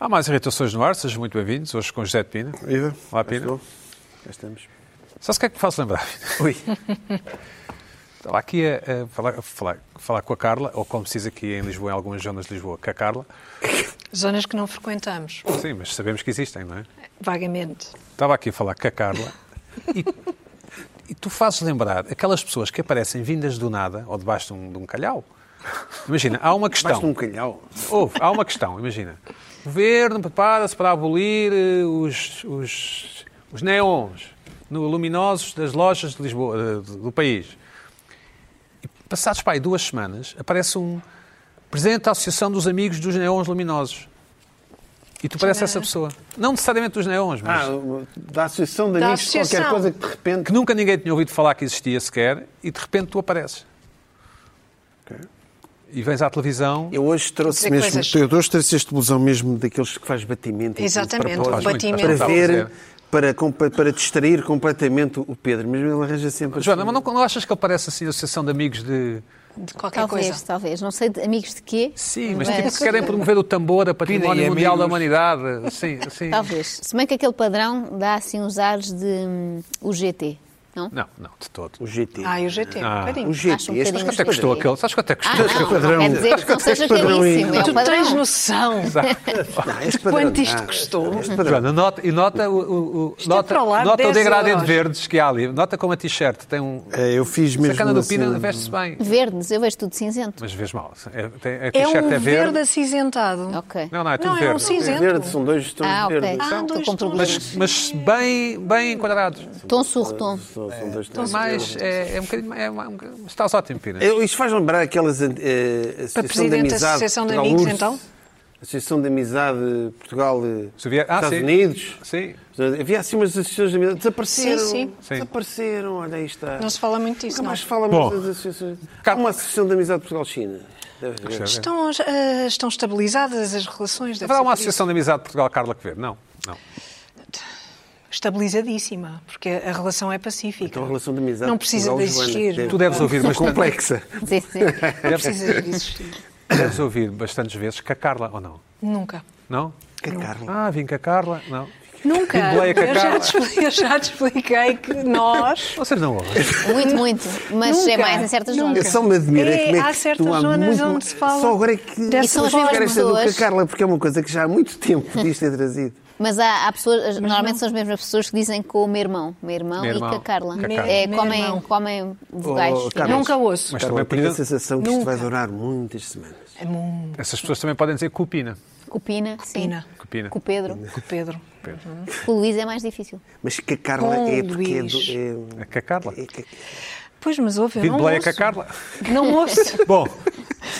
Há mais irritações no ar, sejam muito bem-vindos. Hoje com José de Pina. Viva. Olá, Pina. Estou. Já estamos. Sabe o que é que me faz lembrar? Ui. Estava aqui a, a falar, a falar, a falar com a Carla, ou como se diz aqui em Lisboa, em algumas zonas de Lisboa, com a Carla. Zonas que não frequentamos, Sim, mas sabemos que existem, não é? vagamente. Estava aqui a falar com a Carla e, e tu fazes lembrar aquelas pessoas que aparecem vindas do nada ou debaixo de um, de um calhau. Imagina, há uma questão. Basta um calhau. Houve, há uma questão, imagina. O governo prepara-se para abolir eh, os, os, os neons no, luminosos das lojas de Lisboa, eh, do país. E passados para aí duas semanas, aparece um presidente da Associação dos Amigos dos Neons Luminosos. E tu pareces essa pessoa. Não necessariamente dos neons, mas Ah, da associação de Da amigos, qualquer associação. coisa que de repente. que nunca ninguém tinha ouvido falar que existia sequer e de repente tu apareces. E vens à televisão. Eu hoje trouxe Dizer mesmo. coisas. Eu hoje trouxe este blusão mesmo daqueles que faz batimento. e tudo, Exatamente, para, Faz muito, faz batimento. para muito, ver, estava a dizer. para, compa- para distrair completamente o Pedro. Mas ele arranja sempre. assim, Joana, mas não, não achas que ele parece assim a Associação de Amigos de. De qualquer Talvez, coisa. talvez. Não sei, de amigos de quê? Sim, mas é? Mas- tipo, se querem promover o tambor a património Pina e mundial da amigos. humanidade. Sim, sim. Talvez. Se bem que aquele padrão dá assim uns ares de hum, UGT, não? Não, não, de todo. O GT. Ah, e o GT, um bocadinho. o GT. Acho um este bocadinho Acho que até custou aquele. Sabes quanto é que custou? Ah, não, não quer dizer que não seja padrão aí. caríssimo. É o Tu padrão. tens noção Não, este de quanto padrão- isto Ah, custou? este padrão- Joana, nota, e nota o, o- o- Isto é nota, para lá, nota o 10 degradê euros. de verdes que há ali. Nota como a t-shirt tem um. É, eu fiz Se mesmo. a cana do assim, Pina veste-se bem. Verdes, eu vejo tudo cinzento. Mas vês mal. É, tem- a É um t-shirt é, verde verde. acinzentado. Ok. Não, não, é tudo Não, é um verde. cinzento. Verde, são dois tons Ah, ok. verdes. Ah, Estou dois tons. com problemas. Mas, mas bem, bem enquadrados. Tom surtom. São, são dois Então, tons Mas é, é um bocadinho. É, um bocadinho- mas estás ótimo, Pina. Eu, isto faz lembrar aquelas eh, associação Presidente da de amizade, Associação de Portugal Amigos, Urso, então? Associação de Amizade Sovié- Ah, Portugal-Estados sim. Unidos. Sim. Havia assim umas associações de amizade. Desapareceram. Sim, sim. Sim. Desapareceram, olha aí está. Não se fala muito disso, Nunca não. mais fala Bom. mais das associações. Há Carlos- uma associação de amizade Portugal-China. Deve haver. Estão, ah, estão estabilizadas as relações? Deve Haverá uma ser por isso. associação de amizade de Portugal Carla Quevedo? Não, não. Estabilizadíssima, porque a relação é pacífica. Então a relação de amizade Não precisa de Portugal-Joana existir. deve- Tu deves ouvir bastante, Complexa. Sim, sim. é Não precisa de existir. deves ouvir bastantes vezes que a Carla, ou não? Nunca. Não? Que Carla. Ah, vim com a Carla? Não. Nunca. Boleia com a Eu já, Carla. te expliquei, eu já te expliquei que nós. Vocês não ouvem. Muito, muito. Mas Nunca, é mais em certas nunca. Eu zonas. só me admiro é É, como é que há certas tu há zonas muito... onde se fala Só agora é que dessas Só pessoas. ficar esta do que a pessoas. Carla, porque é uma coisa que já há muito tempo podias ter trazido. Mas há, há pessoas, normalmente são as mesmas pessoas que dizem com o meu irmão. Meu irmão, Meu e irmão. com a Carla. Com a Carla. É, Meu irmão. comem, comem vogais. Oh, Carla. Nunca ouço. Tá Mas Carla, também eu tenho a podia- sensação que isto Nunca. vai durar muitas semanas. É um Essas pessoas também podem dizer cupina. Cupina, sim. Pina, Cupina. Com o Pedro. com o Pedro. Com o Luís é mais difícil. Mas que a Carla Com é o porque é, Luís. do, É com a Carla. é, é que- Pois, mas ouve, eu Vim de não boleia ouço. com a Carla. Não ouço. Bom,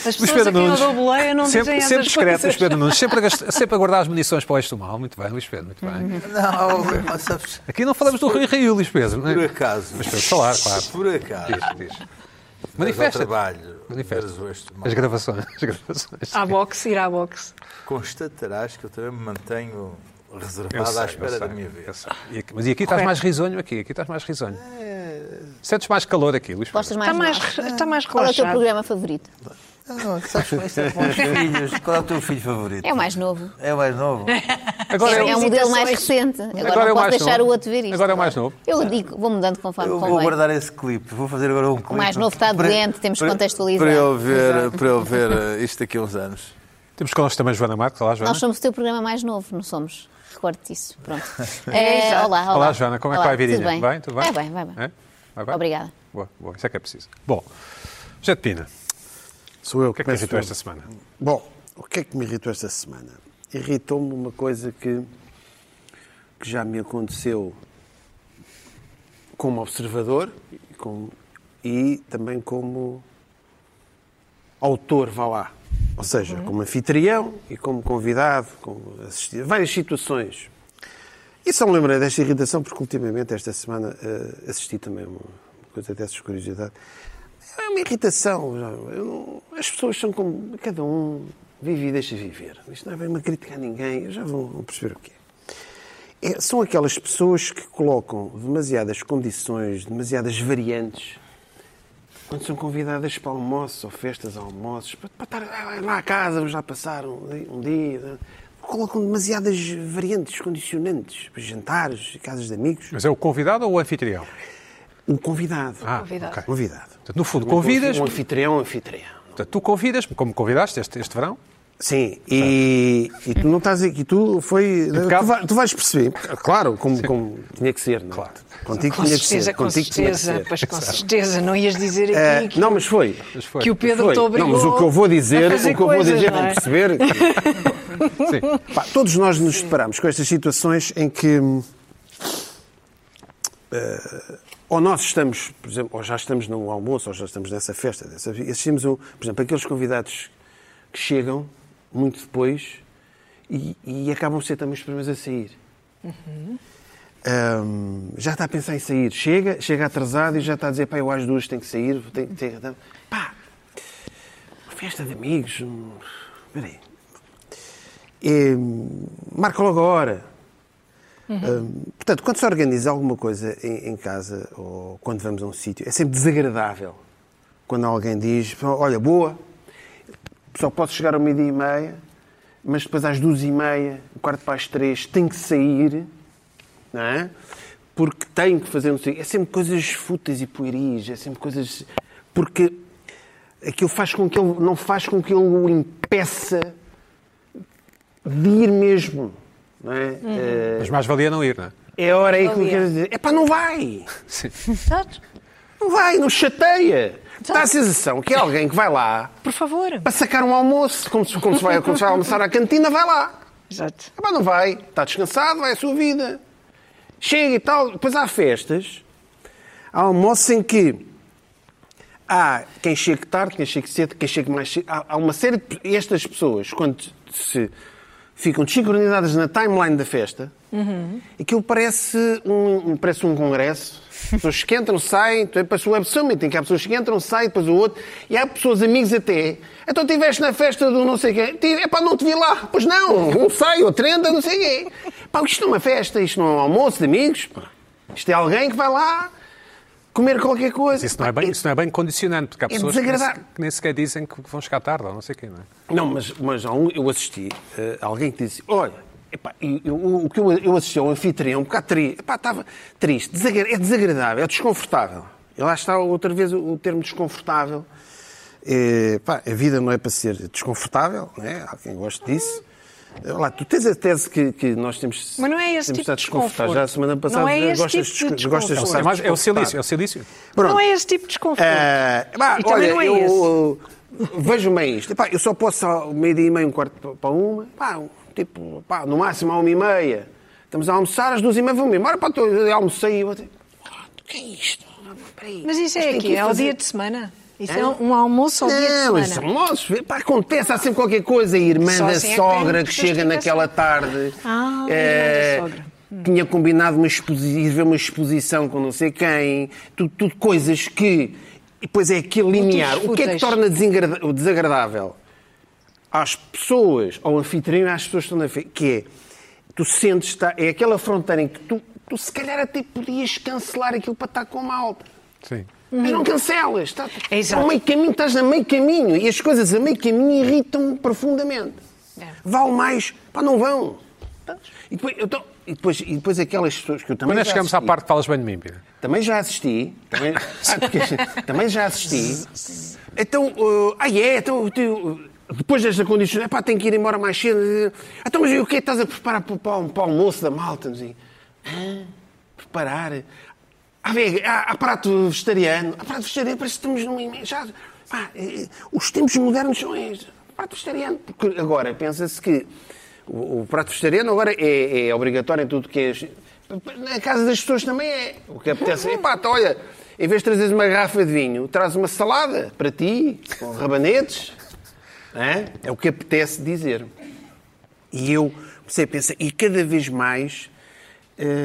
As Luís pessoas Pedro a quem eu Nunes. dou boleia não sempre, sempre dizem essas discreto, Luís coisas. Pedro Nunes. Sempre a, gastar- sempre a guardar as munições para o ex mal. Muito bem, Luís Pedro, muito bem. Não, é sabes, Aqui não falamos do Rui Rio, Luís Pedro, não é? por acaso. Mas Pedro, falar, claro. Por acaso. Diz, diz. Mas ao Manifesta. trabalho, Ah, Manifesta. veres o este mal, As gravações. As gravações. À boxe, ir à boxe. constatarás que eu também me mantenho Eu reservado sei, à eu espera sei, da minha eu vez. sei. E aqui- Mas e aqui estás mais risonho aqui, aqui estás mais risonho. É. Sentes mais calor aqui, Luís Pedro. Gostas mais Está de tá mais, nós? está mais Qual é o teu relaxado. programa favorito? Não, não, sabes como é que isso é com os filhos? Qual é o teu filho favorito? É o mais novo. É o mais novo? Agora É, eu- um modelo mais recente. Agora, Agora é o não posso mais deixar novo. o outro ver isto. Agora é o mais novo. Eu digo, vou mudando conforme Eu vou convém. guardar esse clipe. Vou fazer agora um clipe. mais novo está para- doente, temos que para- contextualizar. Para eu ver, para eu ver eh, isto daqui a uns anos. Temos connosco também Joana Marques. Olá, Joana. Nós somos o teu programa mais novo, não somos? Recordo-te isso. Pronto. É, Eh, exato. olá, olá. Olá, Joana. Como é que Olá, vai a vidinha? Tudo bem? Tudo bem? Vai bem, vai bem. É? Vai bem? Obrigada. Boa, boa. Isso é que é preciso. Bom, José de Pina, o é Sou eu que é que te começo irritou eu. esta semana? Bom, o que é que me irritou esta semana? Irritou-me uma coisa que, que já me aconteceu como observador e, como- e também como autor, vá lá. Ou seja, Uhum. como anfitrião e como convidado, como assistir. Várias situações. E só me lembrei desta irritação porque ultimamente, esta semana, eh, assisti também uma coisa dessas de curiosidade. É uma irritação. já. Eu não- as pessoas são como. Cada um vive e deixa viver. Isto não é bem uma crítica a ninguém. Já vão, vão perceber o que é. É, São aquelas pessoas que colocam demasiadas condições, demasiadas variantes, quando são convidadas para almoços ou festas a almoços, para, para estar ah, vai lá à casa, vamos lá passar um, di- um dia. né? colocam demasiadas variantes condicionantes para jantares, casas de amigos. Mas é o convidado ou o anfitrião? O convidado. Ah, Convidado. ok. Convidado. Portanto, no fundo, convidas. Um anfitrião, um anfitrião. Portanto, tu convidas-me, como convidaste este, este verão. Sim, e, e tu não estás aqui, tu foi. Tu, bocado- vai- tu vais perceber, claro, como, como tinha que ser, não é? Claro. Contigo Com tinha que ser. certeza, com contigo tinha que certeza. ser. Pois com certeza, não ias dizer Eh, aqui que, não, mas foi. Mas foi. que o Pedro Foi. te obrigou Não, mas o que eu vou dizer, a o que fazer eu vou coisas, dizer, não vão é? perceber. que- Sim. Pá, todos nós nos deparamos com estas situações em que. hum, eh, ou nós estamos, por exemplo, ou já estamos no almoço, ou já estamos nessa festa, dessa, assistimos, um, por exemplo, aqueles convidados que chegam muito depois e, e acabam de ser também os primeiros a sair. Hum, já está a pensar em sair. Chega, chega atrasado e já está a dizer, pá, eu às duas tenho que sair. Tenho, que ter- Pá, uma festa de amigos. um- Peraí. É, marca logo a hora. Hum, portanto, quando se organiza alguma coisa em, em casa ou quando vamos a um sítio, é sempre desagradável quando alguém diz: Olha, boa, só posso chegar ao meio-dia e meia, mas depois às duas e meia, um quarto para as três, tenho que sair, não é? Porque tenho que fazer um sítio. É sempre coisas fúteis e pueris, é sempre coisas. Porque aquilo faz com que ele, não faz com que ele o impeça de ir mesmo, não é? Eh, Mas mais valia não ir, não é? é a hora aí que me Valia. queres dizer. É pá, não vai! Sim. Exato. Não vai, não chateia! Dá a sensação que é alguém que vai lá Por favor. para sacar um almoço, como se, como se vai, como se vai almoçar à cantina, vai lá. Exato. É pá, não vai, está descansado, vai à sua vida. Chega e tal, depois há festas, há almoços em que há quem chegue tarde, quem chegue cedo, quem chegue mais cedo. Há, há uma série de. e Estas pessoas, quando se ficam desincronizadas na timeline da festa, aquilo parece um, parece um congresso. As pessoas que entram, saem, então parece o Web Summit, em que há pessoas que entram, saem, depois o outro, e há pessoas, amigos até. Então estiveste na festa do não sei quem, é pá, não te vi lá. Pois não, um sai, outro entra, não sei quê. Pá, isto não é uma festa, isto não é um almoço de amigos, pá. Isto é alguém que vai lá comer qualquer coisa. Isso não, é bem, isso não é bem condicionante, porque há pessoas que nem, se- desagradável. que nem sequer dizem que vão chegar tarde ou não sei quem, não é? Não, mas, mas há um- eu assisti eh, a alguém que disse: Olha, epá, e eu- o que eu, eu assisti ao anfitrião, um bocado triste, epá, estava triste, desagra- é desagradável, é desconfortável. E lá está outra vez o, o termo desconfortável. Eh, pá, a vida não é para ser desconfortável, não é? há quem goste disso. Eh, Lá, tu tens a tese que, que nós temos. Mas não é temos esse tipo estado de desconfortáveos. desconforto. Já a semana passada Não é esse gostas tipo de desco- gostas desconforto. estar É, mais, é o desconfortável. silício, é o silício. Pronto. Não é esse tipo de desconforto. Ah, pá, E olha, também não é eu, esse. eu vejo-me a isto. Epá, eu só posso ao meio-dia e meio, um quarto pa- para uma. Pá, um- tipo, pá, no máximo à uma e meia. Estamos a almoçar, às duas e meia vamos embora. Pá, tô- eu almocei. e Eu... até- Ah, O que é isto? Ah, peraí, Mas isso é tem aqui, ir é ao fazer- dia de semana. Isso é, Hã? um almoço ao dia de não, semana. isso é almoços, pá, acontece, há sempre qualquer coisa. A irmã Só da assim é que sogra tem que chega justificação. naquela tarde. Ah, a eh, irmã da sogra. Hum. Tinha combinado uma exposi- ir ver uma exposição com não sei quem. Tudo, tudo coisas que. E depois é aquele linear. O que é que fúteis. torna desengrada- o desagradável? Às pessoas, ao anfitrião, e às pessoas que estão na frente, que é. Tu sentes, está, é aquela fronteira em que tu, tu se calhar até podias cancelar aquilo para estar com a malta. Sim. Mas não cancelas. Está, É está a exato. meio caminho, estás a meio caminho. E as coisas a meio caminho irritam-me profundamente. É. Vale mais. Pá, não vão. E depois, eu tô- e depois, e depois aquelas pessoas que eu também Quando é já que chegamos assisti, à parte que falas bem de mim, Pina? Também já assisti. Também, Ah, porque- também já assisti. Então, eh, ah, é, então... tu- depois desta condição, pá, tenho que ir embora mais cedo. Então, mas o que é que estás a preparar para, o- para, o- para o almoço da malta? Não sei. Hã? preparar. Há, vega- há, há prato vegetariano. Há prato vegetariano, parece que estamos num imen- já, pá, eh, Os tempos modernos são estes. Prato vegetariano. Porque agora pensa-se que o, o prato vegetariano agora é, é obrigatório em tudo que é. Na casa das pessoas também é. O que apetece é, pá, tá, olha, em vez de trazeres uma garrafa de vinho, traz uma salada para ti, com rabanetes. Não É? é o que apetece dizer. E eu comecei a pensar, e cada vez mais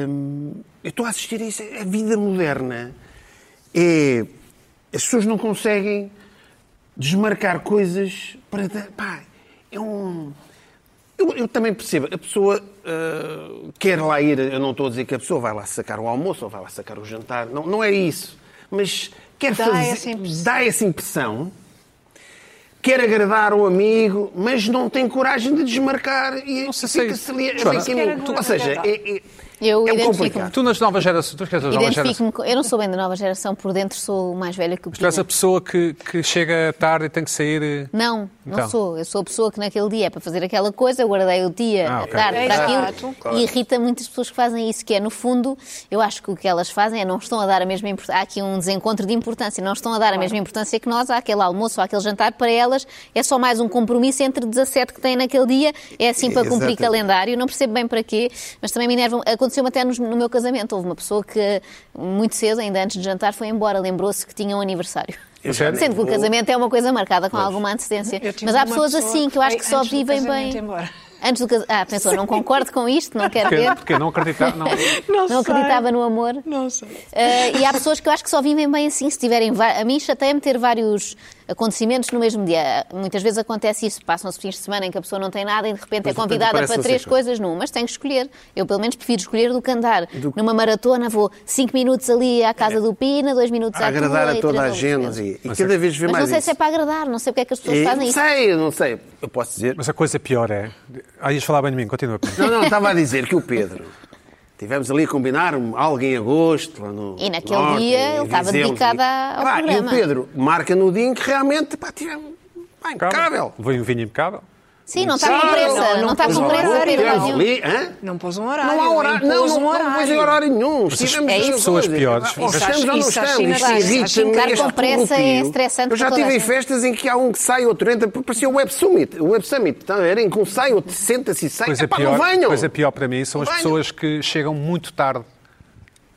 hum, eu estou a assistir a isso. A vida moderna é. As pessoas não conseguem desmarcar coisas para. dar- Pá, é um. Eu, eu também percebo, a pessoa ah, quer lá ir, eu não estou a dizer que a pessoa vai lá sacar o almoço ou vai lá sacar o jantar, não, não é isso. Mas quer Dá fazer. essa impressão. dá essa impressão quer agradar o amigo, mas não tem coragem de desmarcar e Não sei se é fica-se isso. ali a meio Joana, caminho. tu- Ou seja, é, é, Eu é um identifico-me. complicado. Tu nas novas gerações, tu és que és da nova geração. Ah. Identifico-me. com- Eu não sou bem da nova geração, por dentro sou mais velha que o Tu és a Pina. pessoa que, que chega tarde e tem que sair. eh, Não, Então. não sou. Eu sou a pessoa que naquele dia é para fazer aquela coisa, eu guardei o dia, Ah, a ok. tarde para Exato. aquilo. E irrita muitas pessoas que fazem isso, que é, no fundo, eu acho que o que elas fazem é não estão a dar a mesma importância. Há aqui um desencontro de importância, não estão a dar a mesma importância que nós àquele almoço, àquele jantar. Para elas é só mais um compromisso entre 17 que têm naquele dia, é assim para cumprir Exatamente. calendário. calendário, não percebo bem para quê, mas também me enervam. Aconteceu-me até nos- no meu casamento. Houve uma pessoa que, muito cedo, ainda antes de jantar, foi embora, lembrou-se que tinha um aniversário. Eu já nem Sendo que o vou. casamento é uma coisa marcada com alguma antecedência. Eu tive Mas há uma pessoas pessoa assim que que eu acho foi que só antes do vivem casamento bem. embora. Antes do casamento. Ah, pensou, não concordo com isto, não quero Porque, ver. porque não acreditar. Não. é Não acreditava no amor. Não sei. Ah, e há pessoas que eu acho que só vivem bem assim, se tiverem. va- A mim chateia-me ter vários acontecimentos no mesmo dia. Muitas vezes acontece isso, passam-se fins de semana em que a pessoa não tem nada e de repente Mas é de repente convidada aparece para um três ciclo. coisas num, mas tem que escolher. Eu pelo menos prefiro escolher do que andar Do que- É. numa maratona, vou cinco minutos ali à casa do Pina, dois minutos a à tua agradar e a toda três a ao gente Luís e, e cada vez vê Pedro. Mas mais não sei isso. se é para agradar, não sei porque é que as pessoas E- fazem não isso. sei, não sei. Eu posso dizer. Mas a coisa pior é. Aí ias falar bem de mim, continua. Pedro. Não, não, estava a dizer que o Pedro. Tivemos ali a combinar um- algo em agosto. Lá no E naquele norte, dia em ele estava dezembro. dedicado ao Pá, E o programa. Pedro marca no dia em que realmente pá, tivemos. Pá, impecável. Levei um vinho impecável. Sim, não está com pressa, não não está pôs com um pressa, horário, Pedro. Tivemos não. Damião. ali, hã? Não pôs um horário. Não há horário, não, impôs não, um não pôs em horário nenhum. Estivemos as ali pessoas coisa. piores. Ou Isso estamos um acho- ou não isso acho estamos. Isto inadequado. Acho irrita-me. inadequado. este é Com pressa é corrupio. estressante Eu já para toda a tive em gente. festas em que há um que sai, outro entra. porque Parecia o Web Summit. O Web Summit. Então, era em que um sai, outro senta-se e sai. Coisa Epá, é pior, não venham. coisa pior para mim são as Não venham. pessoas que chegam muito tarde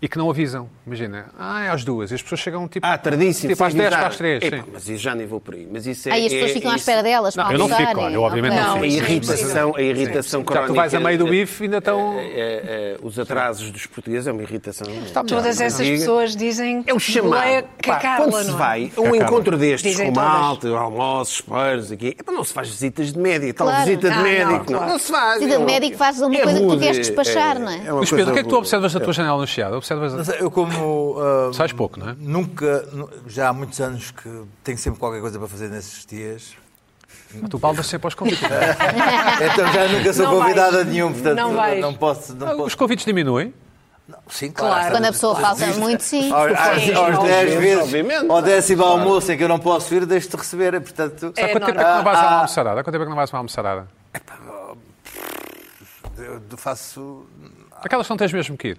e que não avisam. Imagina, ah, é às duas. E as pessoas chegam tipo. Ah, tardíssimo. Tipo às sem 10 para avisar. as 3. Epá, Sim. Mas isso já nem vou por aí. Mas isso é, Aí as pessoas é- ficam à isso- espera delas para eu não almoçarem. fico, olha, eu obviamente Ok. não A fico. irritação, a irritação Já que tu crónica. vais a meio do bife ainda estão. É, é, é, os atrasos dos portugueses é uma irritação. Todas Não essas diga. pessoas dizem É o chamado. É Pá, Cacarla, quando se não é? vai a um Cacala. encontro destes, Dizem com todas. malta, almoços, pares, aqui, epá, não se faz visitas de médico, tal Claro. visita de Ah, não, médico. não, claro. não se faz. Visita de É médico fazes uma é coisa que tu rude, queres despachar, não uma é? Luís Pedro, o que coisa é que tu rude. observas da tua janela no Chiado? Observas. é, Eu como... ah, Sais pouco, não é? Nunca, nu- já há muitos anos que tenho sempre qualquer coisa para fazer nesses dias. Tu baldas sempre aos convites. Então já nunca sou Não vais. convidada a nenhum, portanto Não vais. não posso. Não Os posso. convites diminuem. Sim, Claro. às Quando a tantas- pessoa falta muito, sim. Aos, aos, Sim, aos 10 obviamente, vezes, obviamente. ao décimo almoço em que eu não posso ir, deixo-te receber. Portanto, Há É quanto tempo é que normal. não vais Ah, a uma almoçarada? Há quanto tempo é que não vais a uma almoçarada? eu faço. Aquelas que não tens mesmo que ir.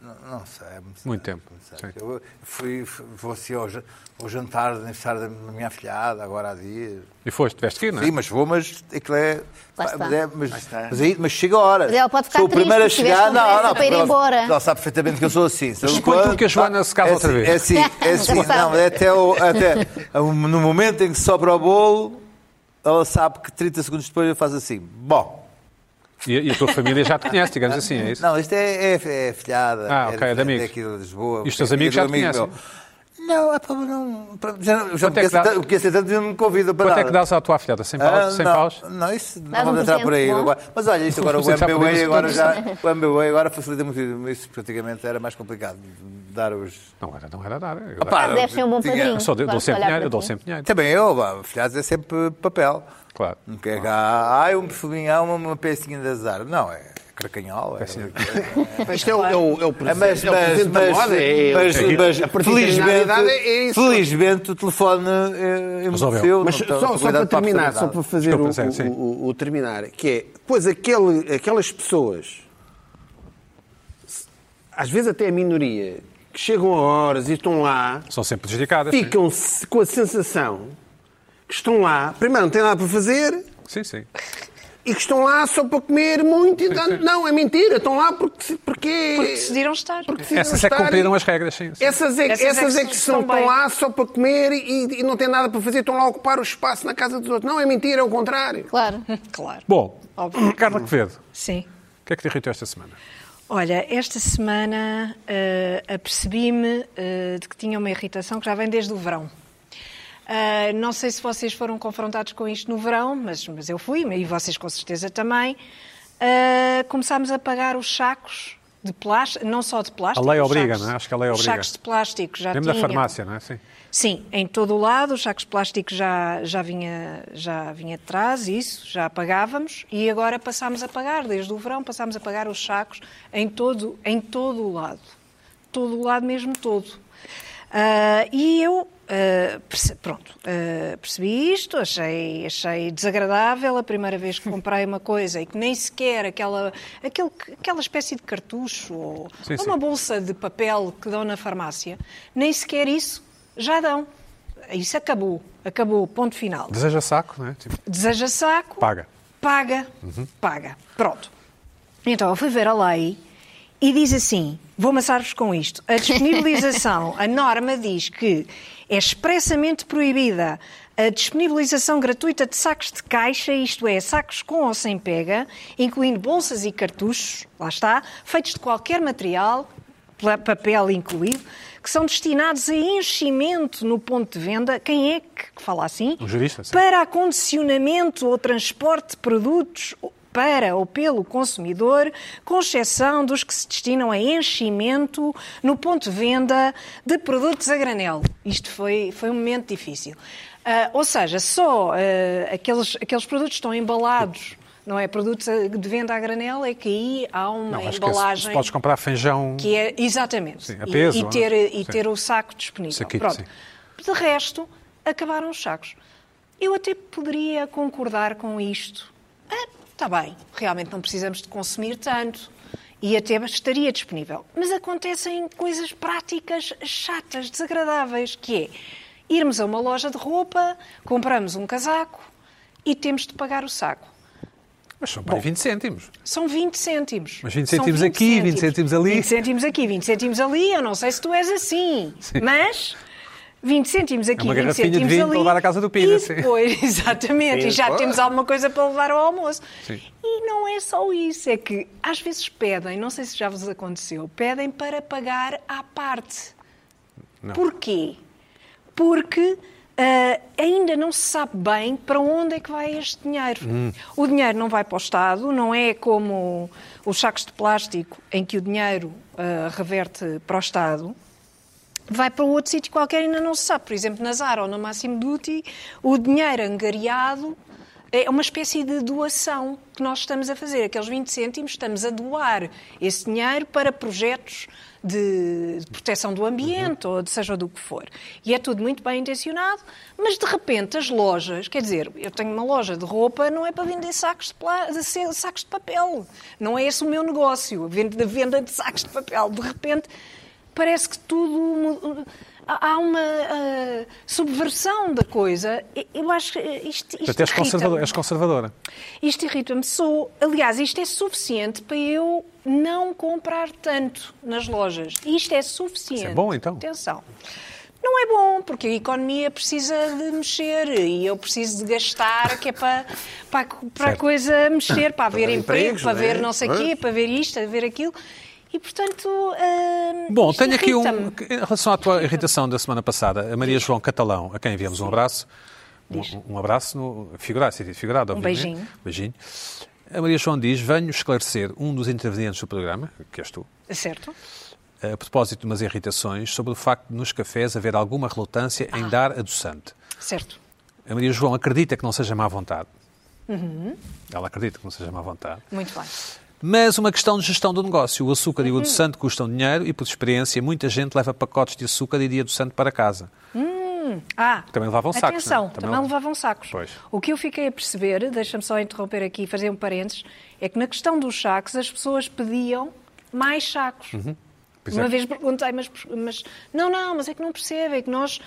Não, não sei, é muito, Muito tempo, sério. sim. Eu fui, fui- vou assim ao, ja- ao jantar de aniversário da minha afilhada, agora há dias. E foste, tiveste que ir, não é? Sim, mas vou, mas aquilo é. Lá pá, está. Mas, é- mas, mas aí- mas chega a hora. Mas ela pode ficar sou o triste primeiro a se tiver chegar. com pressa para ir porque ela- embora. Ela sabe perfeitamente que eu sou assim. sabe Suponho quando? que a Joana se casa é outra assim, vez. É assim, é Nunca assim. se sabe. Não, é até, o- até o- no momento em que sobra o bolo, ela sabe que 30 segundos depois eu faço assim. Bom. E, e a tua família já te conhece, digamos assim, é isso? Não, isto é, é, é filhada. Ah, é ok, é de amigos. Aqui de Lisboa. E os teus é amigos já do te amigo conhecem? meu. Não, é para não. pra- Já, não- já Quanto é que me dá? conhecem tanto- conhecem tanto e não me convidam um para Quanto nada. é que dás à tua afilhada? 100 Ah, paus? 100 não, paus? Não, isso não Dás um vamos entrar presente por aí. bom. Agora. Mas olha, isto agora o Já podemos MBA agora todos. já. O MBA agora facilita muito. Isso praticamente era mais complicado de dar os. Não era, não era dar. Eu, Opa! Deve ser um bom Tinha- padrinho. eu só dou, dou Posso sempre olhar dinheiro, eu para dou ti? sempre dinheiro. Também eu, pá, filhados é sempre papel. Claro. Não Ah. quer cá. Ai, um perfuminho, há uma, uma pecinha de azar. Não, é cracanhola. É, Isto é o, é o, é o presente, mas, é o presente mas, da mas, moda. é- mas, é- a mas, felizmente, particularidade é isso. felizmente o telefone eh, Resolveu. emudeceu. Mas não estava só, só convidado para terminar, a só para fazer Desculpa, o, sim, sim. o- o- o terminar, que é, pois aquele, aquelas pessoas, às vezes até a minoria, que chegam a horas e estão lá, São sempre dedicadas. sim. ficam se com a sensação que estão lá, primeiro não têm nada para fazer Sim, sim. e que estão lá só para comer muito. E Sim, dá- sim. não, é mentira, estão lá porque, se- porque, Porque decidiram estar. porque decidiram Essas é que estar cumpriram e- as regras, sim. sim. essas é, Essas essas é que são, bem. estão lá só para comer e, e não têm nada para fazer, estão lá a ocupar o espaço na casa dos outros. Não, é mentira, é o contrário. Claro. Claro. Bom, Óbvio. Carla Quevedo, Sim. o que é que te irritou esta semana? Olha, esta semana eh, apercebi-me eh, de que tinha uma irritação que já vem desde o verão. Ah, não sei se vocês foram confrontados com isto no verão, mas, mas eu fui, e vocês com certeza também. Ah, começámos a pagar os sacos de plástico, não só de plástico. A lei os obriga, sacos- não é? Acho que a lei os obriga. Sacos de plástico já Mesmo da tinha. farmácia, não é? Sim. Sim, em todo o lado, os sacos plásticos já, já, vinha, já vinha de trás, isso, já pagávamos, e agora passámos a pagar, desde o verão passámos a pagar os sacos em todo, em todo o lado. Todo o lado mesmo todo. Ah, e eu, ah, perce- pronto, ah, percebi isto, achei, achei desagradável a primeira vez que comprei uma coisa e que nem sequer aquela, aquele, aquela espécie de cartucho ou, Sim, ou sim. uma bolsa de papel que dão na farmácia, nem sequer isso já dão. Isso acabou, acabou, ponto final. Deseja saco, não é? Tipo, Deseja saco, Paga. Paga, paga. Pronto. Então eu fui ver a lei e diz assim: vou amassar-vos com isto. A disponibilização, a norma diz que é expressamente proibida a disponibilização gratuita de sacos de caixa, isto é, sacos com ou sem pega, incluindo bolsas e cartuchos, lá está, feitos de qualquer material, pla- papel incluído, que são destinados a enchimento no ponto de venda. Quem é que fala assim? Um jurista, sim. Para acondicionamento ou transporte de produtos para ou pelo consumidor, com exceção dos que se destinam a enchimento no ponto de venda de produtos a granel. Isto foi, foi um momento difícil. Ah, ou seja, só ah, aqueles, aqueles produtos que estão embalados, não é? Produtos a- de venda a granel, é que aí há uma não, acho que é, se embalagem. podes comprar feijão. Que é, exatamente. Sim, a E- peso, e, ou ter, não? é? e Sim. ter o saco disponível. Saquito, Pronto. sim. De resto, acabaram os sacos. Eu até poderia concordar com isto. Ah, está bem, realmente não precisamos de consumir tanto. E até estaria disponível. Mas acontecem coisas práticas chatas, desagradáveis, que é irmos a uma loja de roupa, compramos um casaco e temos de pagar o saco. Mas são para aí 20 cêntimos. São 20 cêntimos. Mas 20 São cêntimos aqui, 20 cêntimos ali. 20 cêntimos aqui, 20 cêntimos ali. Eu não sei se tu és assim, mas 20 cêntimos aqui, É uma 20 garrafinha de cêntimos vinho ali. para levar à casa do Pina, E sim. depois, exatamente, e já temos alguma coisa para levar ao almoço. Sim. E não é só isso, é que às vezes pedem, não sei se já vos aconteceu, pedem para pagar à parte. Porquê? Porque ah, ainda não se sabe bem para onde é que vai este dinheiro. O dinheiro não vai para o Estado, não é como os sacos de plástico em que o dinheiro ah, reverte para o Estado. Vai para outro sítio qualquer e ainda não se sabe. Por exemplo, na Zara ou na Máximo Duty, o dinheiro angariado é uma espécie de doação que nós estamos a fazer. Aqueles 20 cêntimos estamos a doar esse dinheiro para projetos de de proteção do ambiente ou de seja do que for. E é tudo muito bem intencionado, mas de repente as lojas, quer dizer, eu tenho uma loja de roupa, não é para vender sacos de, pla- de se- sacos de papel. Não é esse o meu negócio, a venda a venda de sacos de papel. De repente parece que tudo mu- há há uma ah, subversão da coisa. E- Eu acho que eh, isto, isto Portanto, és, conservador, irrita-me. és conservadora. Isto irrita-me. Sou, aliás, isto é suficiente para eu não comprar tanto nas lojas. Isto é suficiente. Isso é bom, então? Atenção. Não é bom, porque a economia precisa de mexer e eu preciso de gastar, que é para, para, para a Certo. coisa mexer, para haver emprego, empregos, para não é? ver não sei o quê, para ver isto, para ver aquilo. E, portanto, ah, Bom, isto tenho aqui um. irrita-me. Em relação à tua irritação da semana passada, a Maria João Catalão, a quem enviamos um abraço. Um, um abraço no figurado, sentido figurado, obviamente. beijinho. Beijinho. A Maria João diz: Venho esclarecer um dos intervenientes do programa, que és tu, Certo? a propósito de umas irritações sobre o facto de nos cafés haver alguma relutância em dar adoçante. Certo. A Maria João acredita que não seja má vontade. Ela acredita que não seja má vontade. Muito bem. Mas uma questão de gestão do negócio. O açúcar e o adoçante custam dinheiro e, por experiência, muita gente leva pacotes de açúcar e de adoçante para casa. Ah, Também levavam sacos, Atenção, não é? também, Também- levavam sacos. Pois. O que eu fiquei a perceber, deixa-me só interromper aqui e fazer um parênteses, é que na questão dos sacos as pessoas pediam mais sacos. Pois Uma é. vez perguntei, mas, mas- não, não, mas é que não percebe, é que nós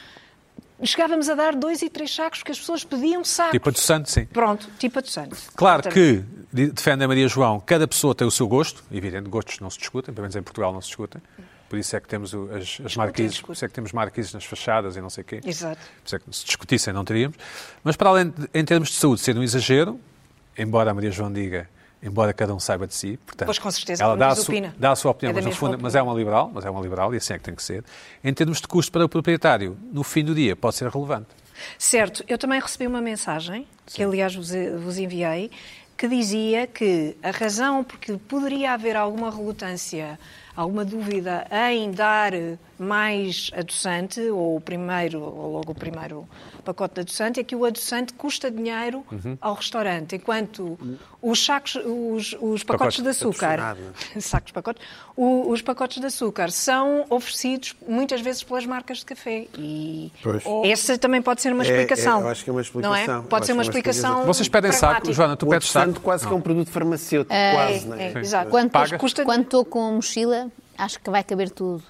chegávamos a dar dois e três sacos porque as pessoas pediam sacos. Tipo adoçante, sim. Pronto, tipo adoçante. Claro Portanto, que, de- defende a Maria João, cada pessoa tem o seu gosto. Evidente, gostos não se discutem, pelo menos em Portugal não se discutem. Por isso é que temos o- as, as marquises, por discutem. isso é que temos marquises nas fachadas e não sei o quê. Exato. Por isso é que se discutissem não teríamos. Mas para além, de, em termos de saúde, ser um exagero, embora a Maria João diga, embora cada um saiba de si, portanto, Pois, com certeza, ela como dá a, diz o su- Pina. dá a sua opinião, É da mas, no mesma fundo, mas é uma liberal, mas é uma liberal e assim é que tem que ser. Em termos de custo para o proprietário, no fim do dia, pode ser relevante. Certo, eu também recebi uma mensagem, que aliás vos, vos enviei, que dizia que a razão porque poderia haver alguma relutância alguma dúvida em dar mais adoçante, ou o primeiro, ou logo o primeiro pacote de adoçante, é que o adoçante custa dinheiro ao restaurante, enquanto os sacos, os, os pacotes Pacotes. de açúcar, Adicionado. sacos de pacotes, o- os pacotes de açúcar são oferecidos muitas vezes pelas marcas de café e Pois. essa também pode ser uma É, é, explicação. eu acho que é uma Não explicação. é? Eu Pode ser acho uma que é uma explicação. explicação. Vocês pedem saco, pragmática. Joana, tu O pedes adoçante saco. quase que é um produto farmacêutico, É, quase, não é, é? Sim. exato. Quando, Pagas? depois- Custa- quando estou com mochila, acho que vai caber tudo.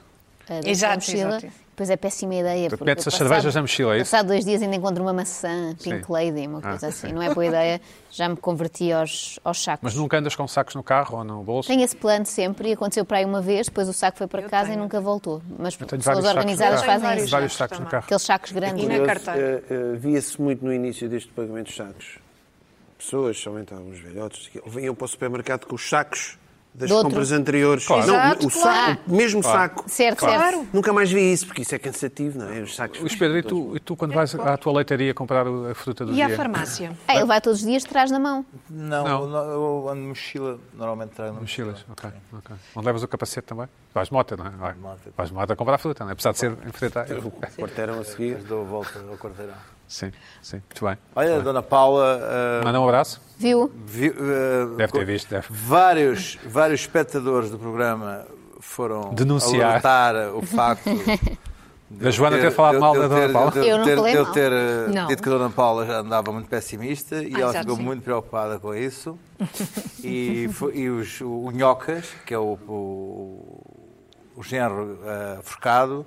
Eh, dentro Exato, da mochila. exato. Depois é péssima ideia. porque metes as passado- cervejas na mochila, é isso? Passado dois dias ainda encontro uma maçã, pink Sim. lady, uma coisa Ah. assim. Não é boa ideia. Já me converti aos, aos sacos. Mas nunca andas com sacos no carro ou no bolso? Tenho esse plano sempre e aconteceu para aí uma vez, depois o saco foi para Eu casa tenho. e nunca voltou. Mas Tenho pessoas Eu organizadas tenho fazem vários isso. vários sacos sacos no também. carro. Aqueles sacos grandes. E na Curioso, carteira? eh, eh, Via-se muito no início deste pagamento de sacos. Pessoas, somente alguns velhotes, que vinham para o supermercado com os sacos das De outro. compras anteriores. Claro. Não, Exato, o saco, claro. o mesmo saco. Certo, Claro. certo. Nunca mais vi isso, porque isso é cansativo, não é? Os sacos. Luís Pedro, e tu, e tu quando vais à tua leitaria comprar o- a fruta do E dia? à farmácia? Ah, ele vai todos os dias, traz na mão. Não, Não. eu- eu ando de mochila, normalmente trago na Mochilas, mochila. ok, ok. Onde levas o capacete também? Vais de moto, não é? Vai. moto. Vais de moto a comprar fruta, não é? Apesar de ser enfrentar. O quarteirão a seguir. Depois dou a volta ao quarteirão. Sim, sim, muito bem. Olha, a Dona Paula ah, Manda um abraço. Viu? vi- ah, Deve ter co- visto, deve. Vários, vários espectadores do programa foram Denunciar. alertar o facto Da Joana ter falado mal da Dona Paula. Eu não ter, falei de eu mal. ter, ah, Não. dito que a Dona Paula já andava muito pessimista e Ah, ela exato, ficou sim. muito preocupada com isso. e fo- e os, o Nhocas, que é o, o, o genro ah, forcado,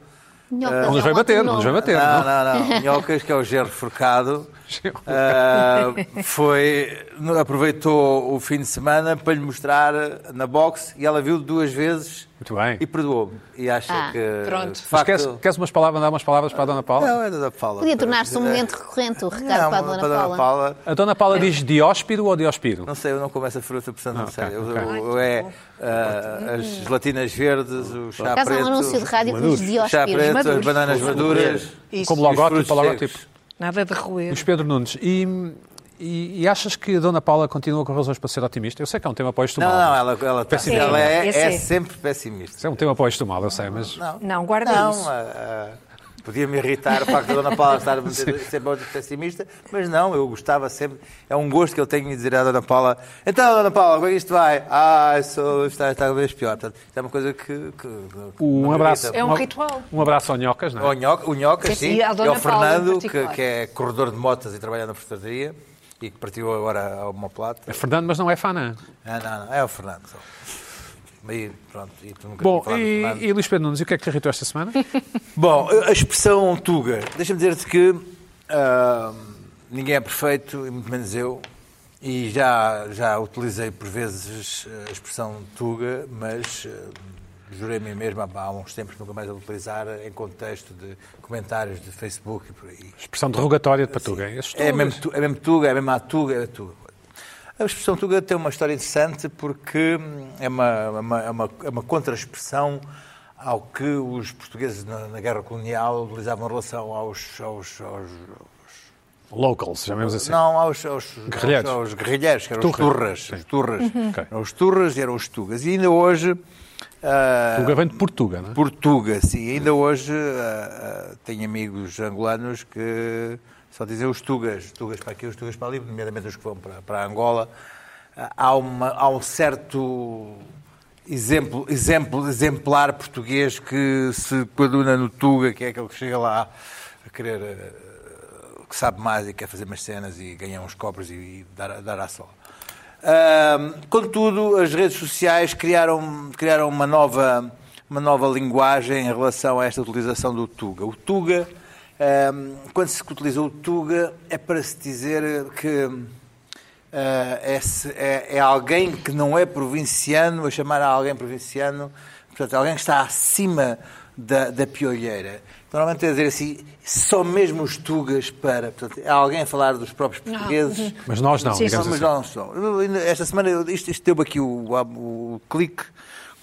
Minhoca, Não nos vai é um bater, ótimo não nos vai nome. bater. Não, não, não, não. Minhocas, que é o Gerro Forcado, Gerro ah, foi, no- aproveitou o fim de semana para lhe mostrar na boxe e ela viu duas vezes Muito bem. e perdoou-me. E acha Ah, que. pronto. Mas de Facto, queres, queres umas palavras, dar umas palavras para a Dona Paula? Não, é da Paula. É, Podia tornar-se um momento recorrente o recado para a Não, é Dona Dona Paula. Paula. A Dona Paula diz dióspiro ou dióspiro? Não sei, eu não como essa fruta, portanto não, sei. Ah, ok, Eu- ok. eu- eu é ah, as gelatinas verdes, o chá Por acaso há preto. um anúncio de rádio que diz o Dióspiros. chá é preto, as maduros. bananas maduras. Isso. Como e os logótipo, frutos para logótipo. secos. Nada de roer. Luís Pedro Nunes, e, e, e achas que a Dona Paula continua com razões para ser otimista? Eu sei que é um tema para o Não, estomal. não, ela, ela, tá- Pessimista. ela é, Esse é é. sempre pessimista. Isso é um tema para o estomal, eu sei, mas... Não, guarda Não, isso. ah, ah, podia-me irritar o facto da Dona Paula estar sempre muito pessimista, mas não, eu gostava sempre. É um gosto que eu tenho de dizer à Dona Paula: então, Dona Paula, como é que isto vai? Ah, isso está, está vez pior. Portanto, isto é uma coisa que. que- que- que Um me abraço. irrita. É um uma- ritual. Um abraço ao Nhocas, não Ao é? Nhoca, o Nhoca, Sim, sim, e à e Dona ao Paula em Fernando, que, particular. que é corredor de motas e trabalha na portaria e que partiu agora a uma plata. É Fernando, mas não é Fana. Ah, não, não, é o Fernando. só. E pronto, e tu nunca Bom, tinha falado de e, Fernando. e Luís Pedro Nunes, e o que é que te irritou esta semana? Bom, a expressão Tuga. Deixa-me dizer-te que ah, ninguém é perfeito, e muito menos eu. E já, já utilizei por vezes a expressão Tuga, mas ah, jurei-me mesmo há, há uns tempos nunca mais a utilizar em contexto de comentários de Facebook e por aí. Expressão derrogatória de Patuga. hein? Esses É tugas. mesmo, tu- é mesmo Tuga, é mesmo a Tuga, é Tuga. A expressão Tuga tem uma história interessante porque hum, é uma, é uma, é uma, é uma contra-expressão ao que os portugueses na, na Guerra Colonial utilizavam em relação aos- aos- aos, Locals, chamemos assim. não, aos, aos, Guerrilheiros. aos, aos guerrilheiros, que eram Turras. os turras. Sim. Uhum. Os turras. Ok. Eram os turras e eram os tugas. E ainda hoje. ah, Tuga vem de Portuga, não é? Portuga, sim. Ainda hoje ah, ah, tenho amigos angolanos que só dizem os tugas. Tugas para aqui, os tugas para ali, nomeadamente os que vão para, para Angola. Ah, há, uma- há um certo exemplo, exemplo, exemplar português que se coaduna no tuga, que é aquele que chega lá a querer. ah, que sabe mais e quer fazer umas cenas e ganhar uns copos e, e dar, dar à sola. Ahm, contudo, as redes sociais criaram, criaram uma, nova, uma nova linguagem em relação a esta utilização do Tuga. O Tuga, ahm, quando se utiliza o Tuga, é para se dizer que ah, é, se- é- é alguém que não é provinciano, a chamar a alguém provinciano, portanto, alguém que está acima da, da piolheira. Normalmente é dizer assim, só mesmo os tugas para. Portanto, há alguém a falar dos próprios portugueses. Mas nós não, Sim, digamos Não, mas assim. não são. Eu ainda- Esta semana eu- isto, isto deu-me aqui o, o clique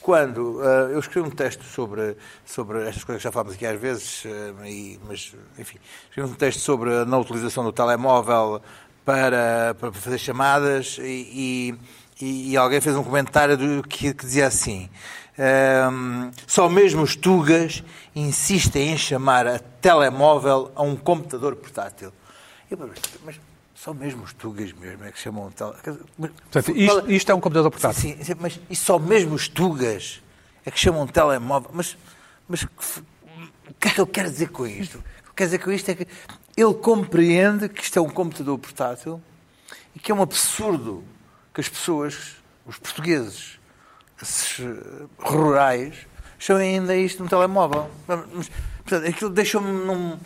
quando ah, eu escrevi um texto sobre, sobre estas coisas que já falámos aqui às vezes, ah, e- mas enfim, escrevi um texto sobre a não utilização do telemóvel para, para fazer chamadas e, e- e alguém fez um comentário do, que, que dizia assim. Ahm, só mesmo os tugas insistem em chamar a telemóvel a um computador portátil. Eu, mas, mas só mesmo os tugas mesmo é que chamam um tel... quer dizer, mas- Portanto, isto, isto é um computador portátil. Sim, sim, mas e só mesmo os tugas é que chamam telemóvel. Mas, mas que f- o que é que eu quero dizer com isto? O que eu quero dizer com isto é que ele compreende que isto é um computador portátil e que é um absurdo que as pessoas, os portugueses esses, eh, rurais, chamem ainda isto num telemóvel. Mas, portanto, aquilo deixou-me num,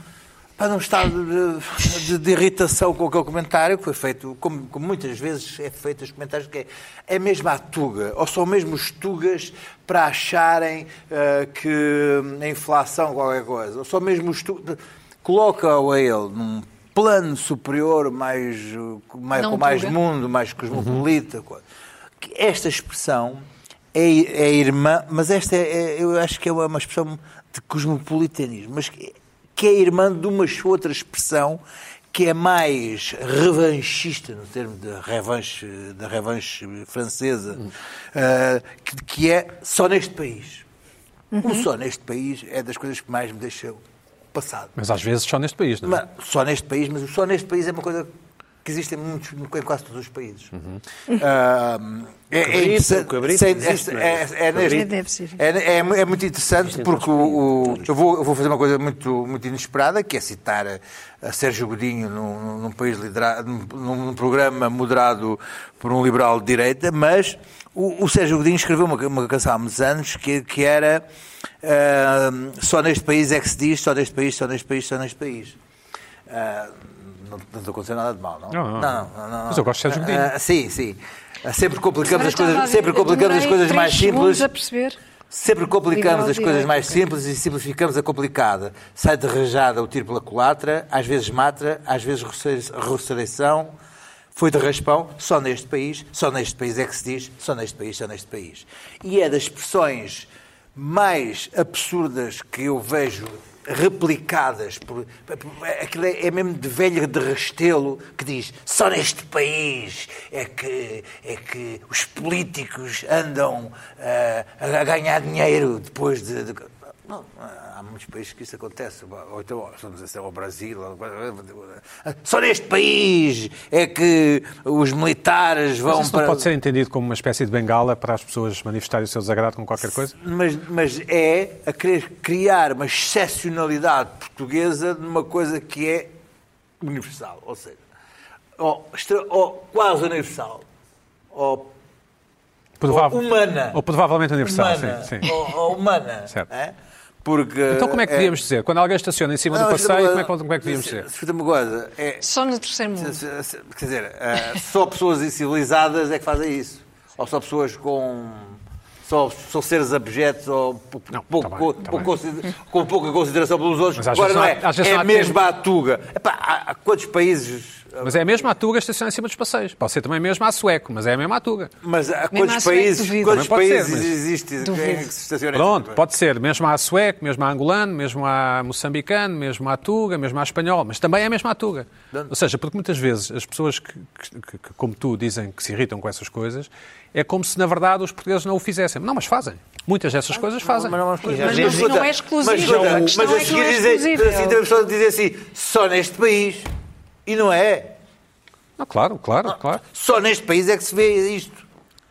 pá, num estado de, de- de irritação com aquele comentário que foi feito, como, como muitas vezes é feito os comentários, que é, é mesmo a tuga, ou são mesmo os tugas para acharem eh, que a inflação qualquer coisa, ou só mesmo os tugas... Coloca-o a ele num plano superior, mais, eh, mais, Não com mais tuga. mundo, mais cosmopolita. coisa. Que Esta expressão é, é irmã, mas esta é, é- eu acho que é uma, uma expressão de cosmopolitanismo, mas que, que é irmã de uma outra expressão que é mais revanchista, no termo da revanche, da revanche francesa, ah, que, que é só neste país. O só neste país é das coisas que mais me deixou passado. Mas às vezes só neste país, não é? Mas, só neste país, mas o só neste país é uma coisa que existe em, muitos, em quase todos os países. Ah, é, é Uhum. Cabrito, interessante- o cabrito sem- existe, é- não é? é- é neste- Cabrito deve ser. é, é- é muito interessante porque o, o- eu, vou, eu vou fazer uma coisa muito, muito inesperada, que é citar a, a Sérgio Godinho num, num país liderado, num, num programa moderado por um liberal de direita, mas o, o Sérgio Godinho escreveu uma, uma canção há muitos anos que, que era ah, só neste país é que se diz, só neste país, só neste país, só neste país. Ah, não, não está acontecendo nada de mal, não? Não, não. não, não, não. Mas eu gosto de Sérgio Ah, Godinho. ah, sim, sim. Ah, Sempre complicamos Agora as coisas, estava a ver, sempre complicamos as demorei coisas três mais segundos simples. a perceber. Sempre complicamos Liberal as coisas direito, mais ok. simples e simplificamos a complicada. Sai de rajada o tiro pela culatra, às vezes matra, às vezes roce- roceiração. Foi de raspão, só neste país, só neste país é que se diz, só neste país, só neste país. E é das expressões mais absurdas que eu vejo replicadas por. Aquilo é, é mesmo de velho de restelo que diz só neste país é que, é que os políticos andam ah, a ganhar dinheiro depois de. de- Não, há muitos países que isso acontece. Ou então, estamos a ser ao Brasil. ou- Só neste país é que os militares vão Mas isso não para. pode ser entendido como uma espécie de bengala para as pessoas manifestarem o seu desagrado com qualquer coisa? Mas, mas é a querer criar uma excepcionalidade portuguesa numa coisa que é universal, ou seja, ou, extra- ou quase universal, ou, Provável- Ou humana. Ou provavelmente universal, humana, sim. sim. Ou, ou humana. Certo. é? Porque, Então como é que devíamos dizer? Quando alguém estaciona em cima do passeio, como é, que- como é que devíamos dizer? Escuta-me uma coisa, é, Só no terceiro mundo. se- se- Quer dizer, eh, só pessoas incivilizadas é que fazem isso. Ou só pessoas com. Só, só seres abjetos ou pou- Não, pouco- tá bem, tá pou- bem. consider- com pouca consideração pelos outros. Mas às Agora não vezes é. não há- às vezes é não há mesmo tempo. a Tuga. Epá, há, há quantos países. Mas é mesmo a Tuga estacionar em cima dos passeios. Pode ser também mesmo a sueco, mas é mesmo a Tuga. Mas há Mesmo quantos acho que é países, duvido. quantos Também pode países ser, mas- existem em que se estaciona Pronto, esse- pode ser mesmo a sueco, mesmo a angolano, mesmo a moçambicano, mesmo a tuga, mesmo a espanhol, mas também é mesmo a tuga. Ou seja, porque muitas vezes as pessoas que, que- que, como tu, dizem que se irritam com essas coisas, é como se na verdade os portugueses não o fizessem. Não, mas fazem. Muitas dessas coisas fazem. Ah, Mas não, mas Mas não- escuta, não é exclusivo, Mas, escuta, a mas questão a é que seguir não é dizem, exclusivo. assim, temos só de dizer assim, só neste país. E não é. Ah, claro, claro, claro. Só neste país é que se vê isto.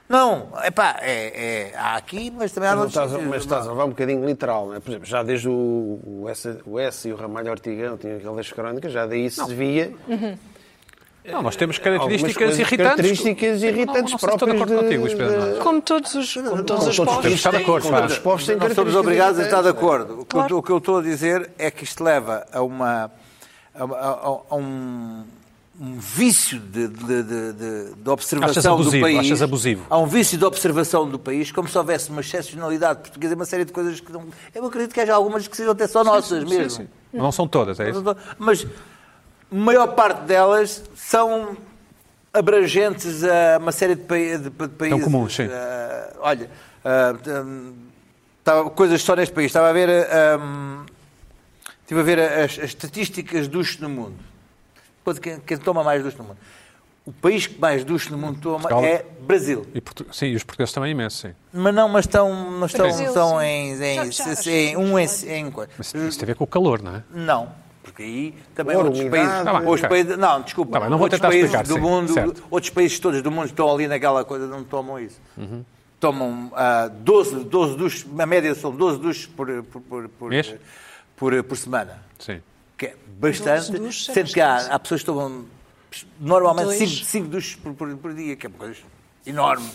Não, epá, é, é, há aqui, mas também há Mas noutros estás, sítios. mas estás a levar um bocadinho literal, não é? Por exemplo, já desde o, o S, o S e o Ramalho Ortigão tinham aquelas crónicas, já daí se via Não, nós temos É, algumas características coisas- irritantes. características irritantes não sei se estou de próprias. acordo contigo, Luís Pedro, não é? Como todos os, como todos todos os temos povos. que estar de têm. acordo, com pá. todos os povos têm Não somos características obrigados a estar de irritantes, não é? acordo. O que eu- O que eu estou a dizer é que isto leva a uma a, a- a um, um vício de, de- de- de- de Achas observação abusivo, do país. achas abusivo. Há um vício de observação do país, como se houvesse uma excepcionalidade portuguesa, uma série de coisas que não. Eu acredito que haja algumas que sejam até só nossas mesmo. Não são todas, é isso? Mas a maior parte delas são abrangentes a uma série de, pai- de- de países. comuns, sim. Ah, olha, ah, hum, tava- coisas só neste país. Estava a ver, ah, hum, estive a ver as, as estatísticas dos no mundo. Quanto- Quem, quem toma mais dos no mundo. O país que mais duche no mundo toma Portugal. é Brasil. E portu- Sim, e os portugueses também imenso, sim. Mas não, mas estão, mas estão, Brasil, estão sim. em, Já- em, já- se- em- um em, em coisa. Mas isso tem a ver com o calor, não é? Não, porque aí também Ouro, outros umidade. países, Tá bem, outros ok. países- não, desculpa, Tá bem, não vou outros tentar países explicar, do sim, mundo, certo. outros países todos do mundo estão ali naquela coisa, não tomam isso. Uhum. Tomam ah, 12, 12 duches, a média são 12 duches por, por, por, por, Mês? por- por semana, Sim. que é bastante, 12 duches é sendo que há, bastante. há pessoas que tomam normalmente Dois. 5, duches por, por- por dia, que é uma coisa enorme.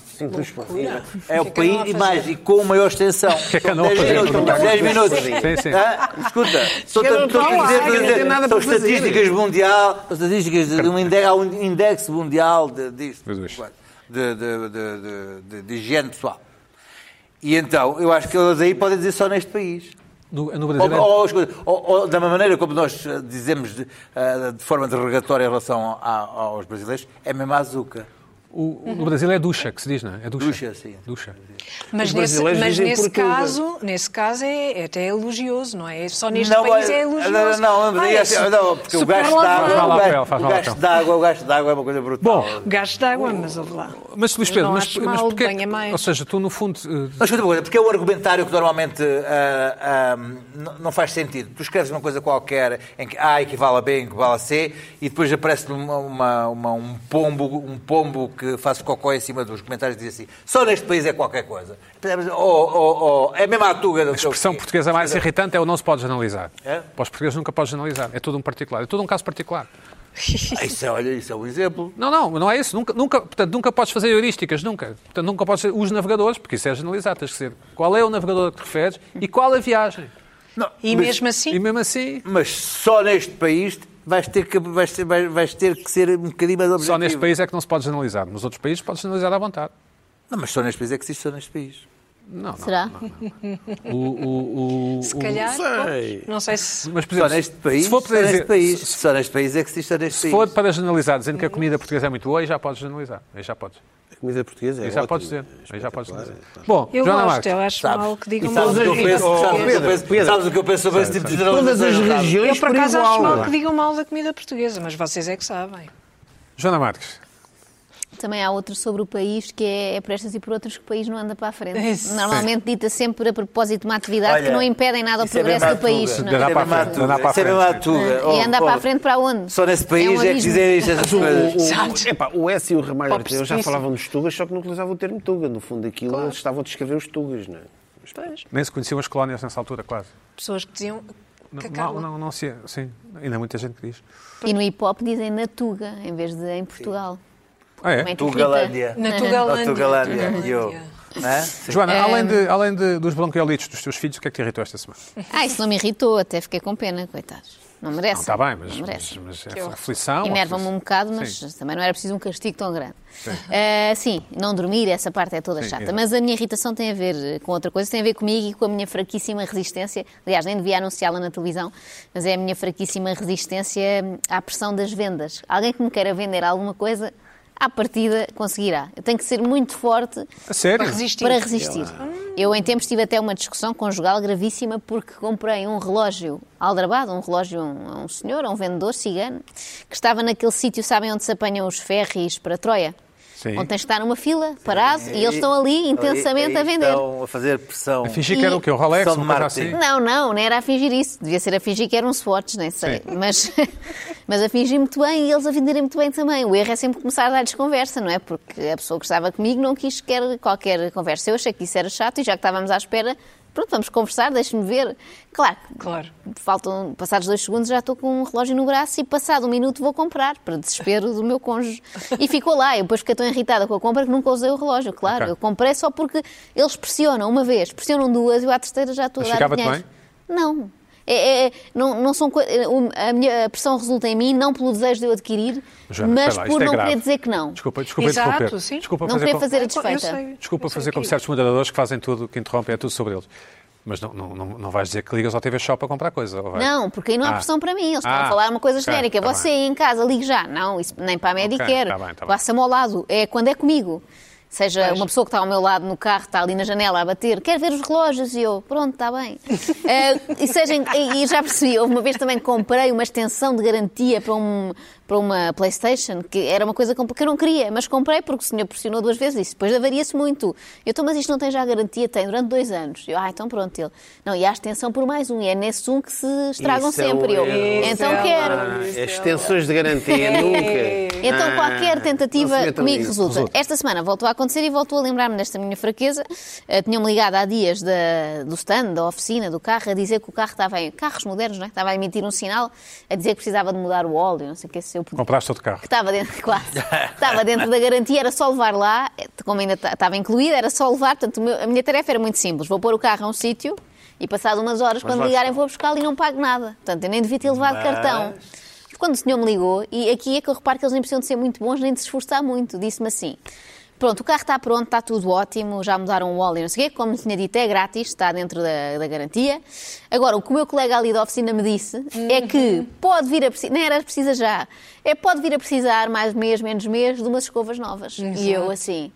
É o que é que andam a país fazer? mais e com maior extensão. que é que andam a 10 fazer? minutos. 10 minutos. Sim, sim. Hã? Escuta, estou Chegaram estou tão a lá, dizer, que estou a não tem nada dizer, são para fazer. estatísticas mundial, são estatísticas de um inde- há um index mundial de, disto, Jesus. de, de, de, de- de- de higiene pessoal. E então, eu acho que eles aí podem dizer só neste país. No, no Ou, Brasil é- ou- ou as coisas- ou- ou da mesma maneira como nós eh, dizemos de, eh, de forma derrogatória em relação a- aos brasileiros, é mesmo a azuca. o- no Brasil é ducha que se diz, não é? É ducha. Ducha, sim. Ducha. Mas, nesse, brasileiros mas dizem nesse, por tudo. caso, nesse caso é, é até elogioso, não é? Só neste Não, país olha, é elogioso. Não, não, Ah, é é assim, não, porque o super gasto lavado. Faz mal à d'água, pele, o faz gasto- mal o à gasto pele. d'água, o gasto d'água é uma coisa brutal. Bom, Gasto de água, mas ouve lá. mas Luís Pedro, não mas, acho mas mal, porquê- banha mais. Ou seja, tu no fundo. eh, Mas escuta uma coisa, porque é o argumentário que normalmente ah, ah, n- não faz sentido. Tu escreves uma coisa qualquer em que A equivale a B, equivale a C, e depois aparece uma, uma- uma- um, pombo, um pombo que faz cocó em cima dos comentários e diz assim: só neste país é qualquer coisa. Ou, ou- ou- é mesmo a tuga da A expressão portuguesa mais irritante é o não se pode generalizar. É? Para os portugueses nunca podes generalizar. É tudo um particular. É tudo um caso particular. Isso, é- olha, isso é um exemplo. Não, não, não é isso. Nunca, nunca, portanto, nunca podes fazer heurísticas, nunca. Portanto, nunca podes ser os navegadores, porque isso é generalizar. Tens que ser qual é o navegador a que te referes e qual a viagem. Não, E mas- mesmo assim, E mesmo assim, Mas só neste país vais ter que, vais ter, vais- vais ter que ser um bocadinho mais objetivo. só neste país é que não se pode generalizar. Nos outros países podes generalizar à vontade. Não, mas só neste país é que existe só neste país. Não, não. Será? O, o, o, se o- calhar, sei. pois, não sei se. Mas, por Só exemplo, neste país, se for só para neste dizer- país. se- Só neste país é que existe só neste se país. for para generalizar, dizendo que a comida portuguesa é muito boa, aí já podes generalizar. Aí já podes. A comida portuguesa é Aí já ótima, podes dizer. Aí já podes espetacular, dizer. é, pá. Bom, Eu Joana gosto, Marques. eu acho Sabes? mal que E digam mal sabes o da que eu comida penso- sabes o que eu portuguesa. penso- Sabes o que eu penso sobre esse tipo de Todas as generalizações, Ricardo? regiões Eu, por por acaso, acho mal igual. que digam mal da comida portuguesa, mas vocês é que sabem. Joana Marques. Também há outro sobre o país que é, é por estas e por outras que o país não anda para a frente. Isso. Normalmente dita sempre a propósito de uma atividade Olha, que não impedem nada ao isso é progresso mesmo do à país. tuga. não é? Dá Isso é para a mesmo frente, à tuga. dá para a Isso é mesmo à frente. tuga. Oh, E andar para oh, a frente para onde? Só nesse país um é, que abismo. dizem isto, essas coisas. O, epá, o S e o Ramalho Para o Ortega já precipício. falavam dos tugas, só que não utilizavam o termo tuga. No fundo, aquilo eles estavam a descrever os tugas, não é? Mas, pá, Nem se conheciam as colónias nessa altura, quase. Pessoas que diziam Não, cacau. não, não, não se. Sim, ainda há muita gente que diz. E no hip hop dizem na Tuga, em vez de em Portugal. Ah, é? Também te irrita. Tugalândia. Na Tugalândia. Tugalândia. Tugalândia. Eu. é? Hã? Sim. Joana, Ehm. além, de, além de- dos bronquiolites dos teus filhos, o que é que te irritou esta semana? Ah, isso não me irritou, até fiquei com pena, coitados. Não merece. Não, está bem, mas, mas, Não merece. mas essa aflição. Enerva-me um bocado, mas Sim. também não era preciso um castigo tão grande. Ah, sim, não dormir, essa parte é toda Sim, chata. exato. Mas a minha irritação tem a ver eh, com outra coisa, tem a ver comigo e com a minha fraquíssima resistência. Aliás, nem devia anunciá-la na televisão, mas é a minha fraquíssima resistência hum, à pressão das vendas. Alguém que me queira vender alguma coisa, à partida conseguirá. Eu tenho que ser muito forte A sério? Para resistir. para resistir. Eu, em tempos, tive até uma discussão conjugal gravíssima porque comprei um relógio aldrabado, um relógio a um, a um senhor, a um vendedor cigano, que estava naquele sítio, sabem, onde se apanham os ferries para Troia? Sim. Onde tens de estar numa fila, parado, e eles estão ali intensamente Aí- a aí vender. Estão a fazer pressão. A fingir que era o quê? O São Rolex, de uma coisa marketing. assim? Não, não, não era a fingir isso. Devia ser a fingir que eram swatches, nem sei. Mas, mas a fingir muito bem e eles a venderem muito bem também. O erro é sempre começar a dar-lhes conversa, não é? Porque a pessoa que estava comigo não quis quer- qualquer conversa. Eu achei que isso era chato e já que estávamos à espera, pronto, vamos conversar, deixe-me ver. Claro, Claro. faltam, passados dois segundos já estou com um relógio no braço e passado um minuto vou comprar, para desespero do meu cônjuge. E ficou lá, eu depois fiquei tão irritada com a compra que nunca usei o relógio, claro. Ok. Eu comprei só porque eles pressionam uma vez, pressionam duas e eu à terceira já estou a Mas dar ficava-te dinheiro. Não. É- é- não, não são, coi- um, a minha pressão resulta em mim, não pelo desejo de eu adquirir, Joana, mas espera lá, isto por é não grave. querer dizer que não. Desculpa, desculpa Exato, interromper. sim. Desculpa Não fazer, querer com- fazer a Eu desfeita. sei. Desculpa Eu sei fazer como que- é certos moderadores que fazem tudo, que interrompem, é tudo sobre eles. Mas não, não, não, não vais dizer que ligas ao TV Shop para comprar coisa, ou vais? Não, porque aí não há Ah. pressão para mim. Eles estão a Ah, falar uma coisa ok, genérica. tá Você bem. aí em casa, ligue já. Não, isso nem para a Medicare. tá bem, tá bem. Passa-me ao lado. É quando é comigo. Seja uma pessoa que está ao meu lado no carro, está ali na janela a bater, quer ver os relógios e eu, pronto, está bem. Eh, e, seja, em- e- e já percebi, houve uma vez também que comprei uma extensão de garantia para um, para uma Playstation, que era uma coisa que eu não queria, mas comprei porque o senhor pressionou duas vezes e disse, depois avaria-se muito. Eu, então, mas isto não tem já garantia? Tem, durante dois anos. Eu, ah, então pronto, ele. Não, e há extensão por mais um, e é nesse um que se estragam Isso é sempre. um eu, erro. então Isso é um quero. erro. Ah, extensões de garantia, nunca. Então Ah, qualquer não se tentativa metam comigo nisso. resulta. Esta semana voltou a acontecer e voltou a lembrar-me desta minha fraqueza. Eh, Tinham-me ligado há dias da- do stand, da oficina, do carro, a dizer que o carro estava em... Carros modernos, não é? Estava a emitir um sinal a dizer que precisava de mudar o óleo, não sei o que, se eu podia Compraste outro carro. que estava dentro, quase, estava dentro da garantia, era só levar lá, como ainda ta- estava incluída, era só levar, portanto, o meu- a minha tarefa era muito simples, vou pôr o carro a um sítio e passado umas horas, quando lá ligarem, está. vou buscar e não pago nada. Portanto, eu nem devia ter levado cartão. Quando o senhor me ligou, e aqui é que eu reparo que eles nem precisam de ser muito bons, nem de se esforçar muito, disse-me assim... Pronto, o carro está pronto, está tudo ótimo, já mudaram o óleo e não sei o quê, como lhe tinha dito, é grátis, está dentro da, da garantia. Agora, o que o meu colega ali da oficina me disse é que pode vir a precisar, não era precisa já, é pode vir a precisar mais mês, menos mês, de umas escovas novas. E eu assim,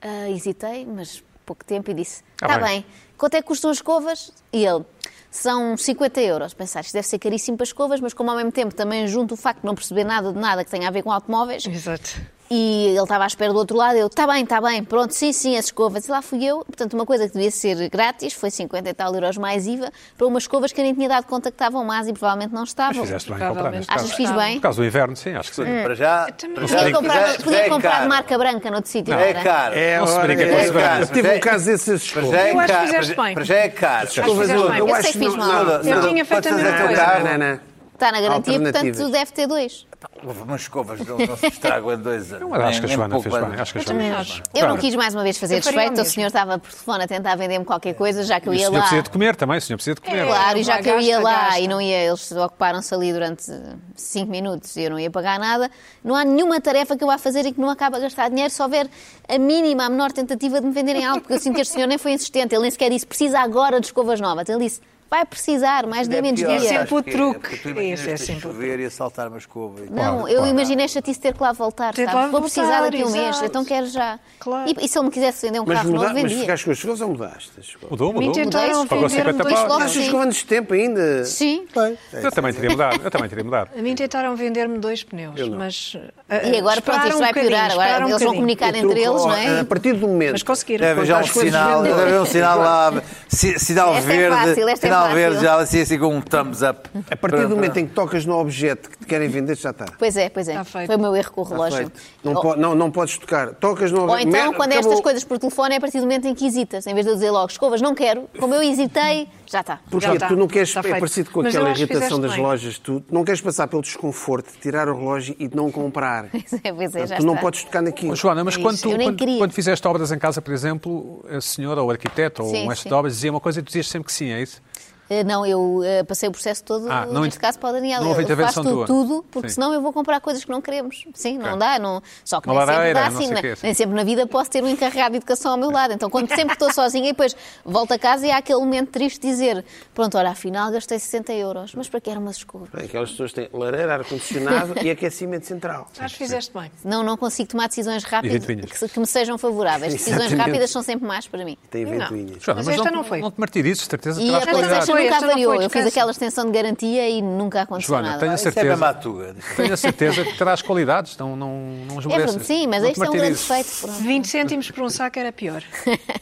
ah, hesitei, mas pouco tempo e disse, Ah, está bem. bem, quanto é que custam as escovas? E ele, são 50 euros. Pensar, isto deve ser caríssimo para escovas, mas como ao mesmo tempo também junto o facto de não perceber nada de nada que tenha a ver com automóveis, Exato. e ele estava à espera do outro lado, eu, está bem, está bem, pronto, sim, sim, as escovas. E lá fui eu, portanto, uma coisa que devia ser grátis, foi 50 e tal euros mais IVA, para umas escovas que eu nem tinha dado conta que estavam más e provavelmente não estavam. Fizeste bem em comprar Provavelmente. neste Achas caso. que fiz bem? Por causa do inverno, sim, acho que sim. Para já. também. para já- Podia comprar, já- podia já é comprar de caro. marca branca noutro sítio, não É caro. É, Não se olha, brinca com é isso, caro. velho. Tive um Velho. caso desse esses Para já Eu é acho que caro. fizeste para já- bem. Para já é caro. Acho que fizeste bem. Eu sei que fiz mal. Não, não, Eu tinha feito a pode mesma fazer coisa. o carro. Não, não, não. Está na garantia, Alternativas. portanto, é deve ter dois. Houve umas escovas, não, não se estragam a dois anos. Mas acho que a Nem- nem Joana pouco fez bem. anos. Acho que a Eu Joana também fez acho. bem. Eu não Claro. quis mais uma vez fazer Eu faria o desfeito, o mesmo. senhor estava por telefone a tentar vender-me qualquer coisa, já que eu O ia senhor lá. É, precisa de comer também, o senhor precisa de comer. Claro, e já Vai, que eu ia É, gasta, lá gasta. e não ia, eles ocuparam-se ali durante 5 minutos e eu não ia pagar nada, não há nenhuma tarefa que eu vá fazer e que não acaba a gastar dinheiro se houver a mínima, a menor tentativa de me venderem algo, porque eu sinto que este senhor nem foi insistente, ele nem sequer disse precisa agora de escovas novas, ele disse vai precisar, mais dia É menos pior, dia. É sempre acho o que truque. porque tu imaginas Esse é que sempre o chover e assaltar uma escova. e- Não, Claro, eu claro. imaginei a chatice ter que lá voltar, Ter que sabes? lá Vou precisar voltar, daqui a um mês, exato. então quero já. Claro. E, e se ele me quisesse vender um Mas, carro muda, novo, mas vendia. ficaste com as escovas ou mudaste as escovas? Mudou, Me mudou. tentaram Pagou vender 50 dois paus. logo Achas sim. que há de tempo ainda? Sim. Bem, Eu também teria mudado, eu também teria mudado. A mim tentaram vender-me dois pneus, mas. eh, E agora, pronto, um isto vai piorar. Agora eles vão comunicar o entre truque, eles, ó, eh, não é? A partir do momento. Mas conseguiram. Deve haver já um Quantas coisas sinal, vendeu? deve haver um sinal lá, si- sinal Esta é verde, fácil, esta é sinal fácil. verde, já assim, assim com um thumbs up. A partir do momento em que tocas no objeto que te querem vender, já está. Pois é, pois é. Está feito. Foi o meu erro com o Tá relógio. Feito. Não, po- não, não podes tocar. Tocas no Ou objeto. então, Mer- quando é acabou. estas coisas por telefone, é a partir do momento em que hesitas. Em vez de eu dizer logo, escovas, não quero, como eu hesitei, já tá. está. Porque Já está. tu não queres, Está é feito. parecido com Mas eu aquela acho que irritação fizeste das bem. lojas, tu não queres passar pelo desconforto de tirar o relógio e de não comprar. Pois é, pois é, já Portanto, tu não está. podes tocar naquilo. Ô, Joana, mas É quando, isso. tu- Eu nem quando, queria. quando fizeste obras em casa, por exemplo, a senhora ou o arquiteto ou Sim, um mestre sim. de obras dizia uma coisa e tu dizias sempre que sim, é isso? Eh, Não, eu eh, passei o processo todo, Ah, não neste inter- caso, para o Daniel. não houve Ele faz intervenção tudo, tua. tudo, porque Sim. senão eu vou comprar coisas que não queremos. Sim, não Ok. dá. Não... Só que Uma nem sempre lareira, dá não assim. sei o né? quê, assim. nem sempre na vida posso ter um encarregado de educação ao meu lado. Então, quando sempre estou sozinha e depois volto a casa e há aquele momento triste de dizer pronto, olha, afinal gastei 60 euros, mas para que era umas escovas? Bem, Aquelas pessoas têm lareira, ar-condicionado e aquecimento central. Acho que fizeste bem. Não, não consigo tomar decisões rápidas ventoinhas. que, se- que me sejam favoráveis. Decisões Exatamente. rápidas são sempre mais para mim. Tem ventoinhas. Joana, Mas esta não foi. Não te martirizes, de certeza. E terás a qualidade. qualidades. PlayStation Foi, nunca esta não foi, avariou. Eu fiz descansa. aquela extensão de garantia e nunca aconteceu Joana, nada. tenho a Isso é mesmo certeza, a tuga. tenho a certeza que terás qualidades, não, não, não É esmoreças. verdade, sim, mas Não te este é um grande martirizes. feito. pronto. 20 cêntimos por um saco era pior.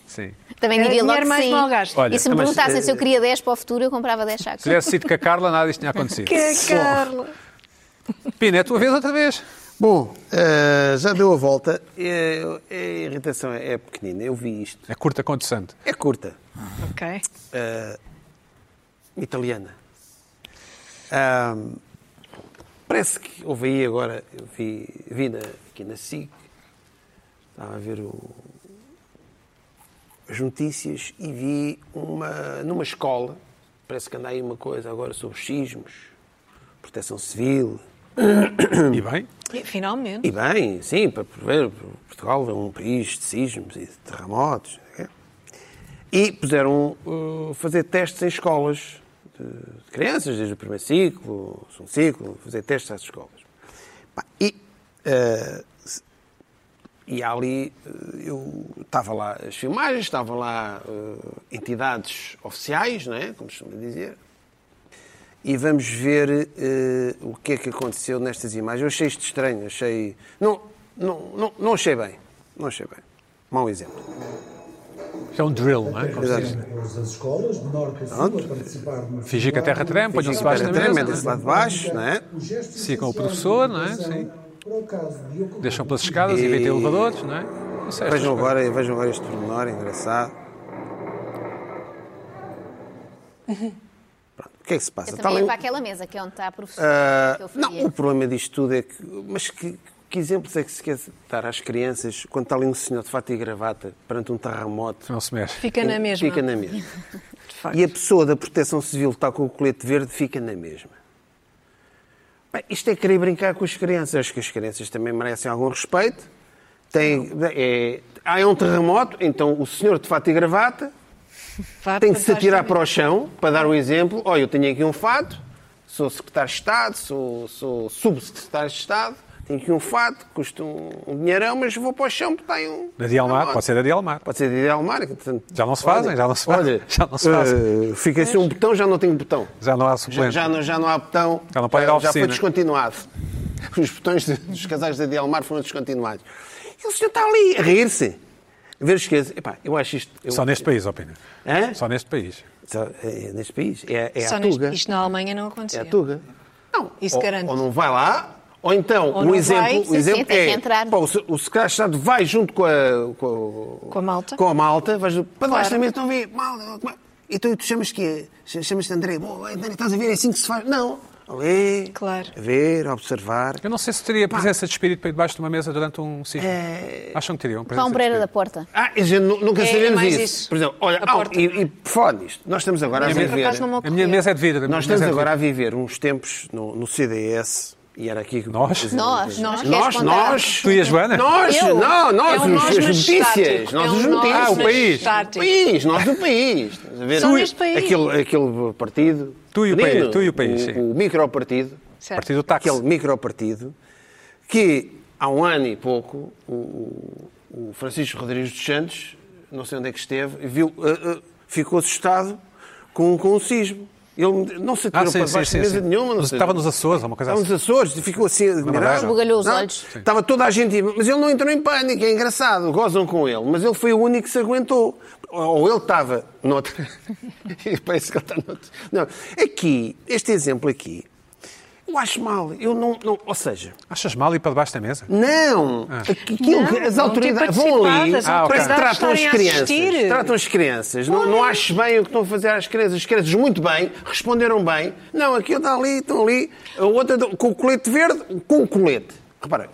Sim. Também Era diria logo dinheiro que mais sim. mal gasto. Olha, e se me mas, perguntassem eh, se eu queria 10 para o futuro, eu comprava 10 sacos. Se tivesse sido com a Carla, nada disto tinha acontecido. Carla! Pina, é a tua vez outra vez. Bom, eh, já deu a volta. Eh, A irritação é é pequenina. Eu vi isto. É curta, condescente. É curta. Ok. eh, italiana. Ahm, parece que houve aí agora, eu vi, vi na- aqui na SIC, estava a ver o- as notícias e vi uma, numa escola, parece que anda aí uma coisa agora sobre sismos, proteção civil. E bem, E, Finalmente. E bem, sim, para prever, Portugal é um país de sismos e de terremotos. não sei o quê. E puseram uh, fazer testes em escolas de, de crianças, desde o primeiro ciclo, segundo ciclo, fazer testes às escolas. Pá, E, uh, se- e há ali, uh, eu estava lá as filmagens, eh, estavam lá uh, entidades oficiais, não é? como se costuma dizer, e vamos ver eh, o que é que aconteceu nestas imagens. Eu achei isto estranho, achei. Não, não, não, não achei bem. Não achei bem. Mau exemplo. Isto é um drill, não é? Como se diz. Os das escolas, de norte a sul, a participar numa Fingir que a terra treme, ponham-se Fingir que a debaixo terra da treme, mesa. metem-se lá debaixo, não é? Os gestos Sim, com o essenciais professor, de não é? educação Sim. um Para o caso de ocupar Deixam pelas escadas e vêm ter elevadores, não é? Não sei, estas Vejam agora, vejam agora este pormenor engraçado. Pronto, o que é que se passa? Eu Está também ali ia um- para aquela mesa, que é onde está a Ah, professora. que eu não, faria. o problema disto tudo é que. Mas que, que exemplos é que se quer dar às crianças quando está ali um senhor de fato e gravata perante um terremoto? Não se mexe. Fica na mesma. Fica na mesma. De facto. E a pessoa da proteção civil que está com o colete verde fica na mesma. Bem, isto é querer brincar com as crianças. Acho que as crianças também merecem algum respeito. Tem, é, há um terremoto, então o senhor de fato e gravata Vá tem que se para atirar baixo para o chão, para dar um exemplo. Olha, eu tenho aqui um fato, sou secretário de Estado, sou, sou subsecretário de Estado, tenho aqui um fato, custa um, um dinheirão, mas vou para o chão porque tem um. Da Dialmar, um- pode ser da Dialmar. Pode ser de Dialmar. que, portanto, Já não se fazem, já não se fazem, Olha, já não se fazem. eh, fica sem um botão, já não tenho botão. Já não há Já, suplente. já, não, já não há botão. Eh, Já não pode ir à já foi oficina. descontinuado. Os botões de- dos casais da Dialmar foram descontinuados. E o senhor está ali a rir-se. A ver, esquece. Epá, eu acho isto. eu- Só neste país, opina. Hã? Só neste país. Só, é, é neste país. É, é Só a neste- Tuga. isto na Alemanha não É aconteceu. a Tuga. Não. Isso ou, garanto. ou não vai lá, ou então Ou um não exemplo, vai, um sim, exemplo sim, tem é, que entrar. pá, o, se- o secretário de Estado vai junto com a, com a, Com a malta. Com a malta, vais para Claro. debaixo da mesa, estão é a ver, malta. como é? Então tu chamas que Chamas-te André, Boa, André, estás a ver, é assim que se faz. Não. Ali, Claro. a ver, a observar. Eu não sei se teria presença de espírito para ir debaixo de uma mesa durante um sismo. É- Acham que teriam Para a presença de ombreira da espírito? porta. Ah, a gente nu- nunca É, sabemos mais isso. isso. Por exemplo, olha, A ah, porta. e, e por falar nisto, nós estamos agora Mas a eu, por viver. acaso, não me A minha ocorreu. mesa é de vidro. a minha Nós estamos mesa é de agora a viver uns tempos no, no CDS e era aqui que Nós? Nós, nós, nós, queres nós, contar? Tu e a Joana? Nós, Eu? não, nós, É um os, nós, as mas notícias, estático. nós É um os nós, notícias. mas Ah, o país. estático. O país, nós o país. Estás a ver? Só Tu- neste país. Aquele, aquele partido. Tu e o pequenino, país, tu e o país, sim. O, o micropartido. A Certo. partir do táxi. Aquele micropartido que há um ano e pouco o, o- o Francisco Rodrigues dos Santos, não sei onde é que esteve, viu, ah, ah, ficou assustado com, com o sismo. Ele não se Ah, atirou sim, para sim, baixo de sim. mesa sim. nenhuma. Não Mas sei. Estava nos Açores, uma coisa Estava assim. nos Açores e ficou assim Madeira? admirado. Esbugalhou os Não, olhos. Sim. Estava toda a gente... Mas ele não entrou em pânico, é engraçado. Gozam com ele. Mas ele foi o único que se aguentou. Ou ele estava noutra... Parece que ele está noutra... Não. Aqui, este exemplo aqui, eu acho mal. Eu não... não- Ou seja... Achas mal ir para debaixo da mesa? Não! Aquilo Não, que as não tipo, autoridades ter vão ali, participado, as Ah, ok. parece que autoridades tratam as estarem a crianças. assistir. Tratam as crianças. Não, não acho bem o que estão a fazer às crianças. As crianças muito bem, responderam bem. Não, aquilo está ali, estão ali. A outra do- com o colete verde, com o colete. Repara,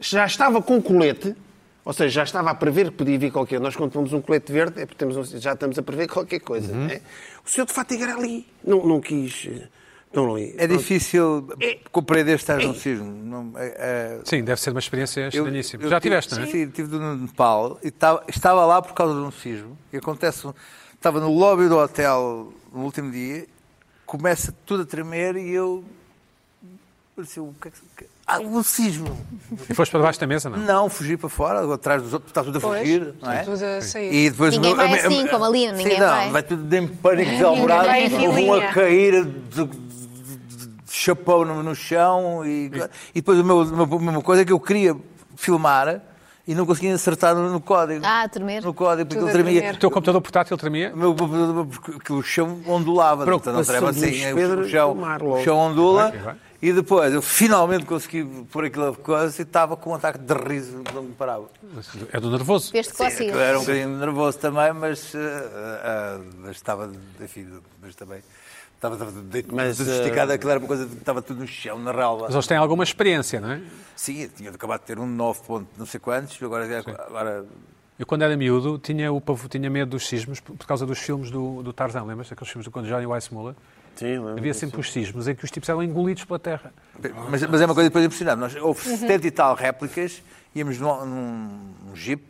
já estava com o colete. Ou seja, já estava a prever que podia vir qualquer. Nós, quando tomamos um colete verde, é porque temos um- já estamos a prever qualquer coisa. Uhum. não é? O senhor de fato era ali. Não, não quis. eh, Estão ali. É difícil É- compreender estar num sismo. Não, é- é- Sim, deve ser uma experiência Eu- estranhíssima. eu Já tive- tiveste, não é? Sim, estive no Nepal e estava, estava lá por causa de um sismo. E acontece, um- estava no lobby do hotel no último dia, começa tudo a tremer e eu. Pareceu, o que é que. que- Ah, um sismo! E foste para debaixo da mesa, não? é? Não, fugi para fora, atrás dos outros, está tudo a Pois, Tá fugir, não é? tudo a sair. E depois Ninguém o vai a me- a- assim, como ali, Sim, ninguém não, vai. vai tudo em pânico desalvorado, vai em houve um filinha. a cair de, de- de chapão no, no chão e, e depois a meu, uma, uma coisa é que eu queria filmar e não conseguia acertar no, no código. Ah, a tremer. No código, porque Tudo ele a tremia. tremer. O teu computador portátil tremia? O meu- Porque porque o chão ondulava, portanto, não treme Preocupação assim, dos é, Pedro o, chão, filmar logo. o chão ondula Vai, vai. e depois eu finalmente consegui pôr aquela coisa e estava com um ataque de riso, não me parava. É do nervoso. Veste Sim, cócegas. aquilo era um bocadinho nervoso também, mas, eh, ah, ah, mas estava, enfim, mas também estava de- de- Mas, eh, tudo esticado, aquilo era uma coisa que estava tudo no chão, na relva. Mas eles têm alguma experiência, não é? Sim, eu tinha acabado de ter um 9 ponto não sei quantos, e agora, agora Eu, quando era miúdo, tinha, o pavor, tinha medo dos sismos por por causa dos filmes do, do Tarzan, lembras? Aqueles filmes do quando Johnny Weissmuller. Sim, lembro Havia sempre os sismos em que os tipos eram engolidos pela terra. Mas, mas é uma coisa depois impressionante. Nós, houve Uhum. 70 e tal réplicas, íamos num, num, num jeep,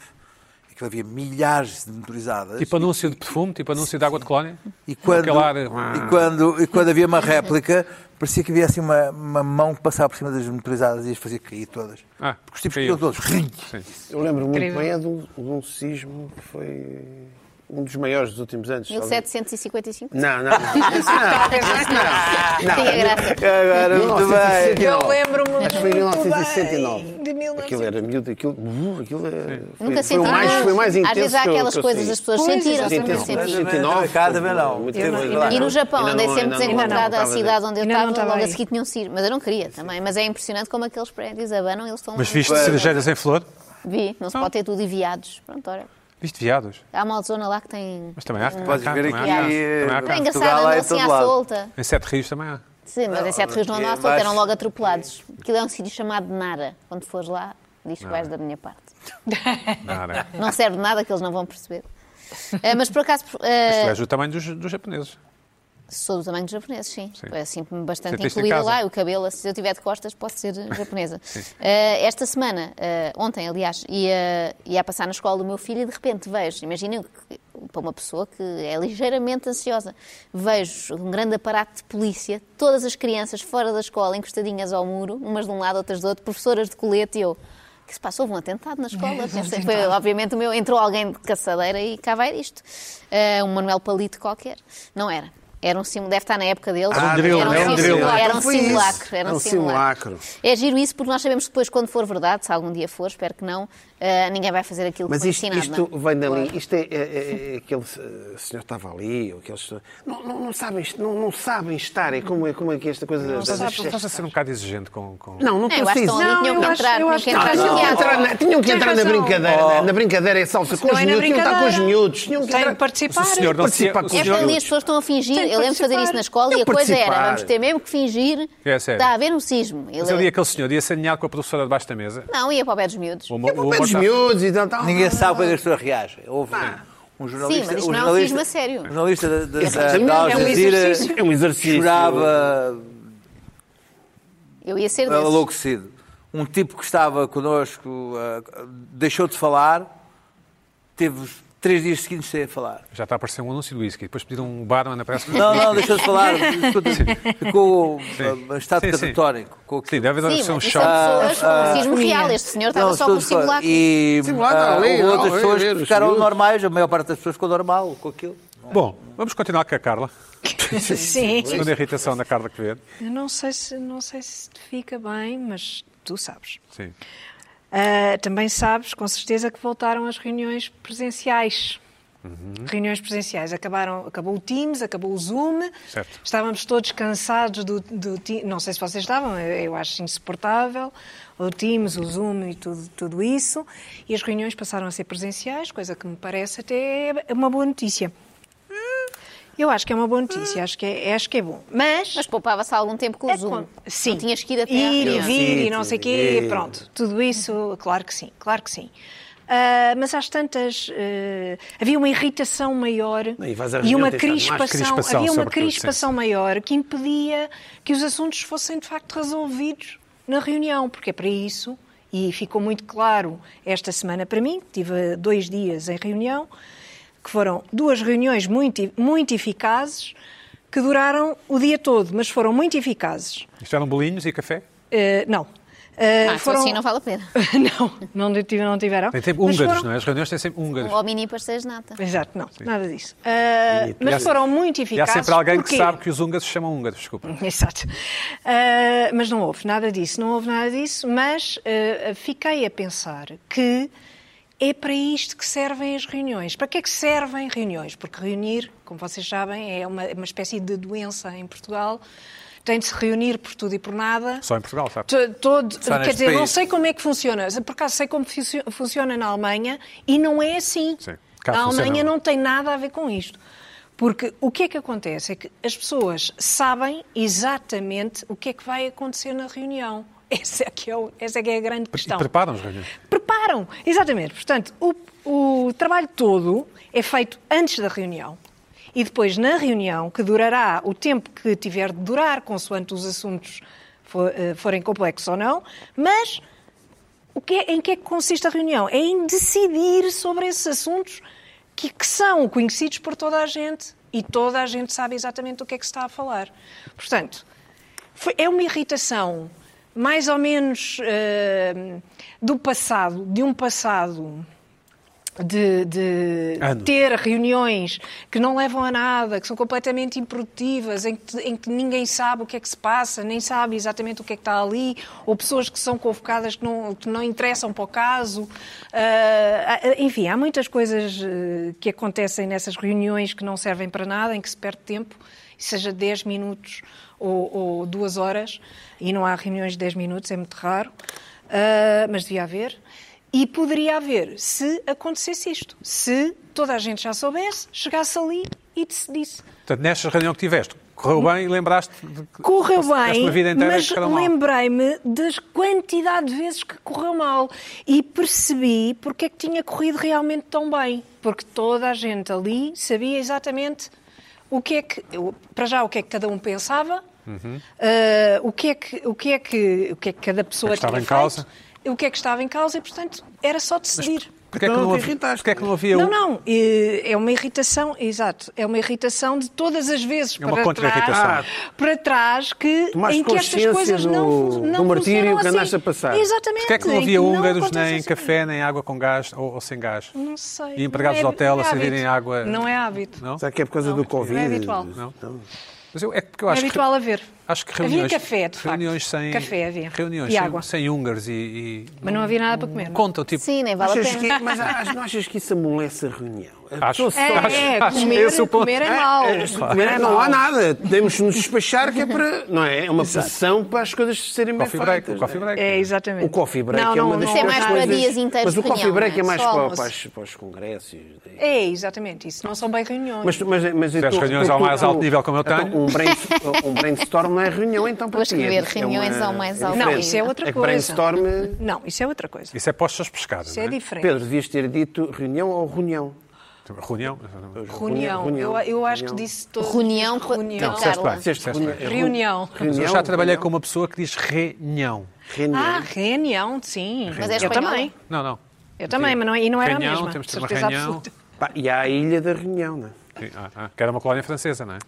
aquilo havia milhares de motorizadas. Tipo anúncio de perfume, tipo anúncio de água de colónia. E quando, Aquele ar- e, quando, e quando havia uma réplica, parecia que havia assim uma, uma mão que passava por cima das motorizadas e as fazia cair todas. Ah, Porque os tipos caiu. caíam todos. Sim. Eu lembro muito é Incrível. bem é de um, de um sismo que foi um dos maiores dos últimos anos. talvez. 1755? Não, não, não. Isso Ah, é não. Ah, Tinha graça. Agora, muito é bem. 1969. Eu lembro-me Acho que foi em muito 1969. bem de 1969. Aquilo era miúdo, aquilo. uh, aquilo era- foi, Nunca foi o senti mais, nada. foi o mais intenso. Às vezes há que eu- aquelas que eu coisas, saí. as pessoas Pois, sentiram, exatamente. também Intenso, senti. 69, Cá também não. muito Eu tempo, não- claro. E no Japão Ainda andei não- sempre ainda não- desencontrada a estava cidade onde eu Ainda não estava, estava logo a aí. seguir tinham sido. Mas eu não queria também. Mas é impressionante como aqueles prédios abanam, eles estão lá. Mas viste cerejeiras em flor? Vi, não se pode ter tudo e viados. Pronto, ora. Viste viados? Há uma zona lá que tem. Mas também há. É. Podes há cá, ver também há aqui, cá, eh, também há cá. É Portugal, engraçado, lá andam em assim todo à lado. solta. Em Sete Rios também há. Sim, mas em Sete Rios não andam à é solta, eram baixo. logo atropelados. Aquilo é um sítio chamado Nara. Quando fores lá, diz que vais da minha parte. Nada. Não serve de nada que eles não vão perceber. Eh, mas por acaso, Tu eh, és o tamanho dos, dos japoneses. sou do tamanho dos japoneses, sim. Sim. É sempre bastante Sentiste em incluída casa? lá. O cabelo, se eu tiver de costas, posso ser japonesa. Eh, esta semana, eh, ontem, aliás, ia, ia a passar na escola o meu filho e de repente vejo, imaginem, que- para uma pessoa que é ligeiramente ansiosa, vejo um grande aparato de polícia, todas as crianças fora da escola, encostadinhas ao muro, umas de um lado, outras do outro, professoras de colete e eu. O que se passou? Houve um atentado na É, escola. Pensei, foi, obviamente, o meu. Entrou alguém de caçadeira e cá vai isto. Eh, um Manuel Palito qualquer. Não era. Era um símbolo, deve estar na época deles. Ah, drill, era um, era um simulacro, drill. Era Então um foi isso. simulacro. Era É um um simulacro. É giro isso porque nós sabemos que depois, quando for verdade, se algum dia for, espero que não, eh, ninguém vai fazer aquilo que Mas foi isto, ensinado. isto não é? vem dali, isto é, é- é- é aquele eh, senhor estava ali, ou aquele senhor- não, não, não sabem, não, não sabem estar, é como é, como é que esta coisa das- Estás a- das- Estás a ser um bocado exigente com. com... Não, não É, eu acho que preciso. estão ali, Não, tinham eu que acho- entrar, eu tinham acho que que entrar assim, não. Tinham que chateados. entrar na, tinham que Tem entrar na razão. brincadeira, na, na brincadeira é salsa com não os é na miúdos, tinham que estar com os brincadeira. miúdos, tinham que Tem entrar. que participar. Se o senhor não se- Participar com os É É porque ali miúdos. as pessoas estão a Tem que fingir. Eu lembro de fazer participar. isso na escola e Tem a que coisa era, participar. vamos ter mesmo que fingir É que sério. está a haver um sismo. Ele- é- Mas ali aquele senhor ia saneado com a professora debaixo da mesa. Não, ia para o pé dos miúdos. O É humor- o humor Pé dos está- é miúdos e tal, tal. Ninguém sabe como é que as pessoas reagem. Houve um jornalista. Sim, mas isto um não é um jornalista- cisma sério. Um jornalista da, da, da, Exatamente. da Al É um Jazeera exercício. É um exercício. chorava Eu ia ser desses. enlouquecido. Um tipo que estava connosco ah, deixou de falar, teve os três dias seguintes sem falar. Já está a aparecer um anúncio do whisky. Depois pediram um barman na pressa. Não, não, deixou de falar. Ficou ah, em estado Sim, sim. catatónico. Com o que- Ah. Sim, deve Sim, ser um mas isso choque. são Ah, pessoas com um sismo real. Este senhor estava Não, só com o estou de fora. simulacro. E Simulacro, ah, ali, houve não, outras a pessoas ver, que os ficaram miúdos. normais, a maior parte das pessoas ficou normal com aquilo. Bom, vamos continuar com a Carla. Sim. Segunda irritação da Carla Quevedo. Eu não sei se não sei se te fica bem, mas tu sabes. Sim. Ah, também sabes, com certeza, que voltaram as reuniões presenciais. Reuniões presenciais. Acabaram, acabou o Teams, acabou o Zoom. Certo. Estávamos todos cansados do, do Ti- Não sei se vocês estavam, eu, eu acho insuportável. O Teams, o Zoom e tudo, tudo isso. E as reuniões passaram a ser presenciais, coisa que me parece até uma boa notícia. Eu acho que é uma boa notícia, acho que é, acho que é bom. Mas. Mas poupava-se algum tempo com o É Zoom. com- Sim. Não tinhas que ir até à Ir e reunião. vir e Sim, não sim, sei o quê, sim. pronto. Tudo isso, claro que sim, claro que sim. Ah, mas às tantas ah, havia uma irritação maior e vais à e reunião, uma tens de estar crispação, mais crispação, havia uma sobretudo, sim, crispação maior que impedia que os assuntos fossem de facto resolvidos na reunião, porque é para isso, e ficou muito claro esta semana para mim, que tive dois dias em reunião, que foram duas reuniões muito, muito eficazes, que duraram o dia todo, mas foram muito eficazes. Isto eram bolinhos e café? Eh, não. Eh, Ah, então assim não vale a pena. não, não, tive- não tiveram. Tem sempre Mas húngaros, foram- não é? As reuniões têm sempre húngaros. Ou mini parceiros de nata. Exato, não, nada disso. Eh, E há mas se- foram muito E há eficazes. Então. sempre alguém que Porquê? sabe que os húngaros se chamam húngaros, desculpa. Exato. Eh, mas não houve nada disso, não houve nada disso, mas eh, fiquei a pensar que é para isto que servem as reuniões. Para que é que servem reuniões? Porque reunir, como vocês sabem, é uma, uma espécie de doença em Portugal. Tem de se reunir por tudo e por nada. Só em Portugal, sabe? To- Todo, quer neste dizer, não país. sei como é que funciona. Por acaso sei como funcio- funciona na Alemanha e não é assim. Sim, cá a funciona. Alemanha não tem nada a ver com isto. Porque o que é que acontece é que as pessoas sabem exatamente o que é que vai acontecer na reunião. Essa é que é, o- essa é, que é a grande E questão. preparam as reuniões. Preparam, exatamente. Portanto, o, o trabalho todo é feito antes da reunião e depois na reunião, que durará o tempo que tiver de durar, consoante os assuntos fo- eh, forem complexos ou não, mas o que é- em que é que consiste a reunião? É em decidir sobre esses assuntos que, que são conhecidos por toda a gente e toda a gente sabe exatamente do que é que se está a falar. Portanto, foi- é uma irritação mais ou menos eh, do passado, de um passado de, de Anos. ter reuniões que não levam a nada, que são completamente improdutivas, em que, em que ninguém sabe o que é que se passa, nem sabe exatamente o que é que está ali, ou pessoas que são convocadas que não, que não interessam para o caso. Ah, ah, enfim, há muitas coisas eh, que acontecem nessas reuniões que não servem para nada, em que se perde tempo, seja 10 minutos ou, ou duas horas, e não há reuniões de 10 minutos, é muito raro, ah, mas devia haver. E poderia haver se acontecesse isto. Se toda a gente já soubesse, chegasse ali e decidisse. Portanto, nesta reunião que tiveste, correu bem e lembraste de que Correu passaste bem, uma vida inteira mas que correu mal. lembrei-me das quantidade de vezes que correu mal e percebi porque é que tinha corrido realmente tão bem. Porque toda a gente ali sabia exatamente o que é que, o- para já, o que é que cada um pensava, Uhum. eh, o, que é que, o, que é que, o que é que cada pessoa O que estava tinha em causa. feito, o que é que estava em causa e, portanto, era só decidir. Porquê é que Não, não te havia, irritaste. porquê é que não havia Não, um- não, eh, é uma irritação, exato, é uma irritação de todas as vezes É uma para trás, contra-irritação. para trás que, Tomaste em que estas consciência coisas não, do- fun- não do martírio funcionam que assim. andaste a passar. Exatamente. Porquê é que não em havia húngaros acontece nem assim. café, nem água com gás ou, ou sem gás? Não sei. E empregados não de hotel não a servirem hábito. água? Não é hábito. Não? Será que é por causa do Covid? é habitual. Não. Então, Mas eu, é porque eu É acho habitual que, haver. Acho que Havia reuniões, café, de facto. reuniões sem Café havia. reuniões E sem, água. sem húngaros e, e Mas não havia nada para comer. contam tipo Sim, nem vale a achas pena. que, mas a- não achas que isso amolece a reunião? A Acho- pessoa só- É, é, Acho- acho comer, esse o ponto. comer é mau. É, se comer, não há nada, temos nos despachar que é para. Não é? É uma pressão para as coisas serem bem coffee break, feitas. o coffee não é? break. É, exatamente. O coffee break Não, é uma não, das não. Isso é piores mais para coisas. dias inteiros Mas de o coffee reunião, break não é é? mais Só para, almoço. para os, para os congressos. né? É, exatamente. Isso não são bem reuniões. Mas, tu- mas, mas as reuniões ao mais alto nível, como eu então, tenho. Um, brainstorm, um brainstorm não é reunião, então para Vou ti é- escrever é reuniões uma- ao mais alto Não, diferente. isso é outra que coisa. brainstorm. Não, isso é outra coisa. Isso é postas pescadas. Isso é não é? diferente. Pedro, devias ter dito reunião ou reunião? Tipo, Reunião. Reunião. Eu, eu acho que disse todo. Reunião, Reunião. não, Disseste Carla. bem, disseste Disseste reunião. Reunião. Mas eu já trabalhei reunião, com uma pessoa que diz reunião. reunião. Ah, reunião, sim. Mas é eu espanhola. também. Não, não. Eu também, mas não, é- e não era reunião, a mesma. Temos de ter uma certeza reunião. absoluta. Pá, e há a Ilha da Reunião, não é? Sim, ah, ah, que era uma colónia francesa, não é?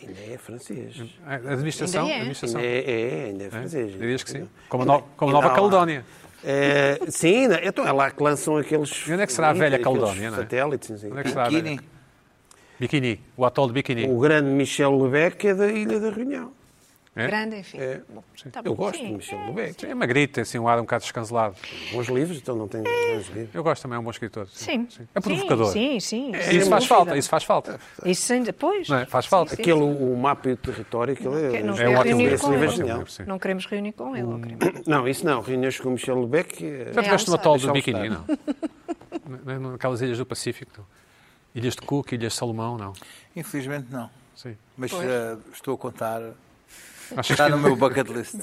Ainda é francês. A Administração? Ainda é. administração. Ainda é, é, ainda é É? francês. Dirias que sim. Ainda- Como, no- como ainda Nova há lá. Caledónia. É, sim, ainda- então é lá que lançam aqueles. E onde é que será a velha Caledónia, não é? Satélites, não sei. Onde é que será? a Biquíni. velha? Biquíni. O atol de Biquíni. O grande Michel Lebec é da Ilha da Reunião. É? Grande, enfim. Bom, tá Eu bom. gosto de Sim. Michel Lebec. É uma grita, assim, um ar um bocado descancelado. Bons livros, então não tenho bons livros. Eu gosto também, é um bom escritor. Sim. É provocador. É Sim, sim. sim, Isso sem faz dúvida. falta, isso faz falta. Isso ainda, pois. Não é? Faz falta. Sim, sim. Aquele, o mapa e o território, aquele é. Não É um quero ótimo reunir livro. Esse livro é Ótimo genial. livro, sim. Hum. Não queremos reunir com ele. ou queremos? Não, isso não. Reuniões com o Michel Lebec. eh, É, Já estiveste no almoçar. atol do Deixa-o É Biquíni, um não? Na- na- Naquelas ilhas do Pacífico, não? Ilhas de Cook, Ilhas de Salomão, não? Infelizmente não. Sim. Mas Pois. eh, estou a contar. Achas Está que no meu bucket list.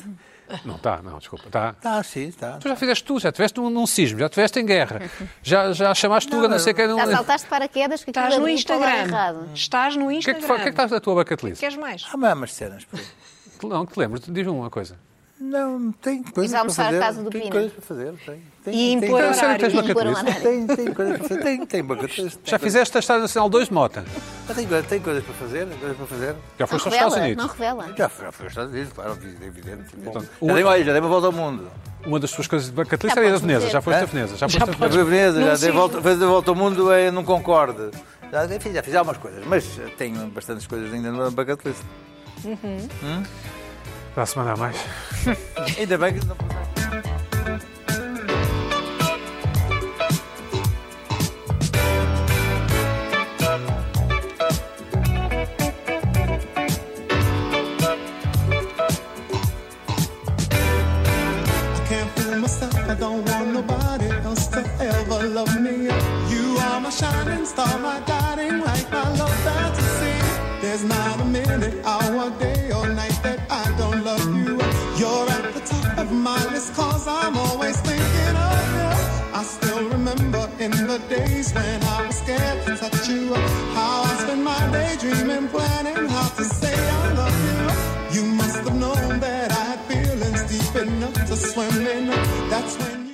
Não, está, não, desculpa. Está. Está, sim, está. Tu já fizeste tudo, já estiveste num, num sismo, já estiveste em guerra, já, já chamaste tudo a não sei quem. Já O saltaste de paraquedas que aquilo Estás no abriu para o lado errado. Instagram. Estás no que é Instagram. que, fa- o que é que estás na tua bucket list? Queres mais? Há mamas cenas. pô. Que- Não, que te lembro, diz-me uma coisa. Não, tem coisas para almoçar à fazer. casa do tem Pina. coisas para fazer. Tem, tem, E tem, impor Então, sério, horário. tens Tem que bucket pôr um list? horário. Tem, tem coisas para fazer. Tem, tem bucket list. tem Já coisas- fizeste a Estrada Nacional 2 de mota? Ah, Tem, coisas- tem coisas para fazer. tem Coisas para fazer. Já Não foste aos Estados revela, não Unidos. revela. Já fui, já fui aos Estados Unidos, claro, é evidente. o- já, dei, olha, já dei uma volta ao mundo. Uma das tuas coisas de bucket Já list era ir a podes Veneza, dizer. já foste a É? Veneza. Já foste a Já Veneza. fui a Veneza, Num já dei sismo. volta, fiz a volta ao mundo em Não Concorde. Já, enfim, já fiz algumas coisas, mas eh, tenho bastantes coisas ainda no bucket list. Para a semana a mais. Ainda bem que não... I can't fool myself. I don't want nobody else to ever love me. You are my shining star, my guiding light, my love fantasy. There's not a minute, hour, day, or night that I don't love you. You're at the top of my list, cause I'm always thinking of you. I still remember in the days when I was scared to touch you. How I spent my day dreaming, planning how to say I love you. You must have known that I had feelings deep enough to swim in. That's when you.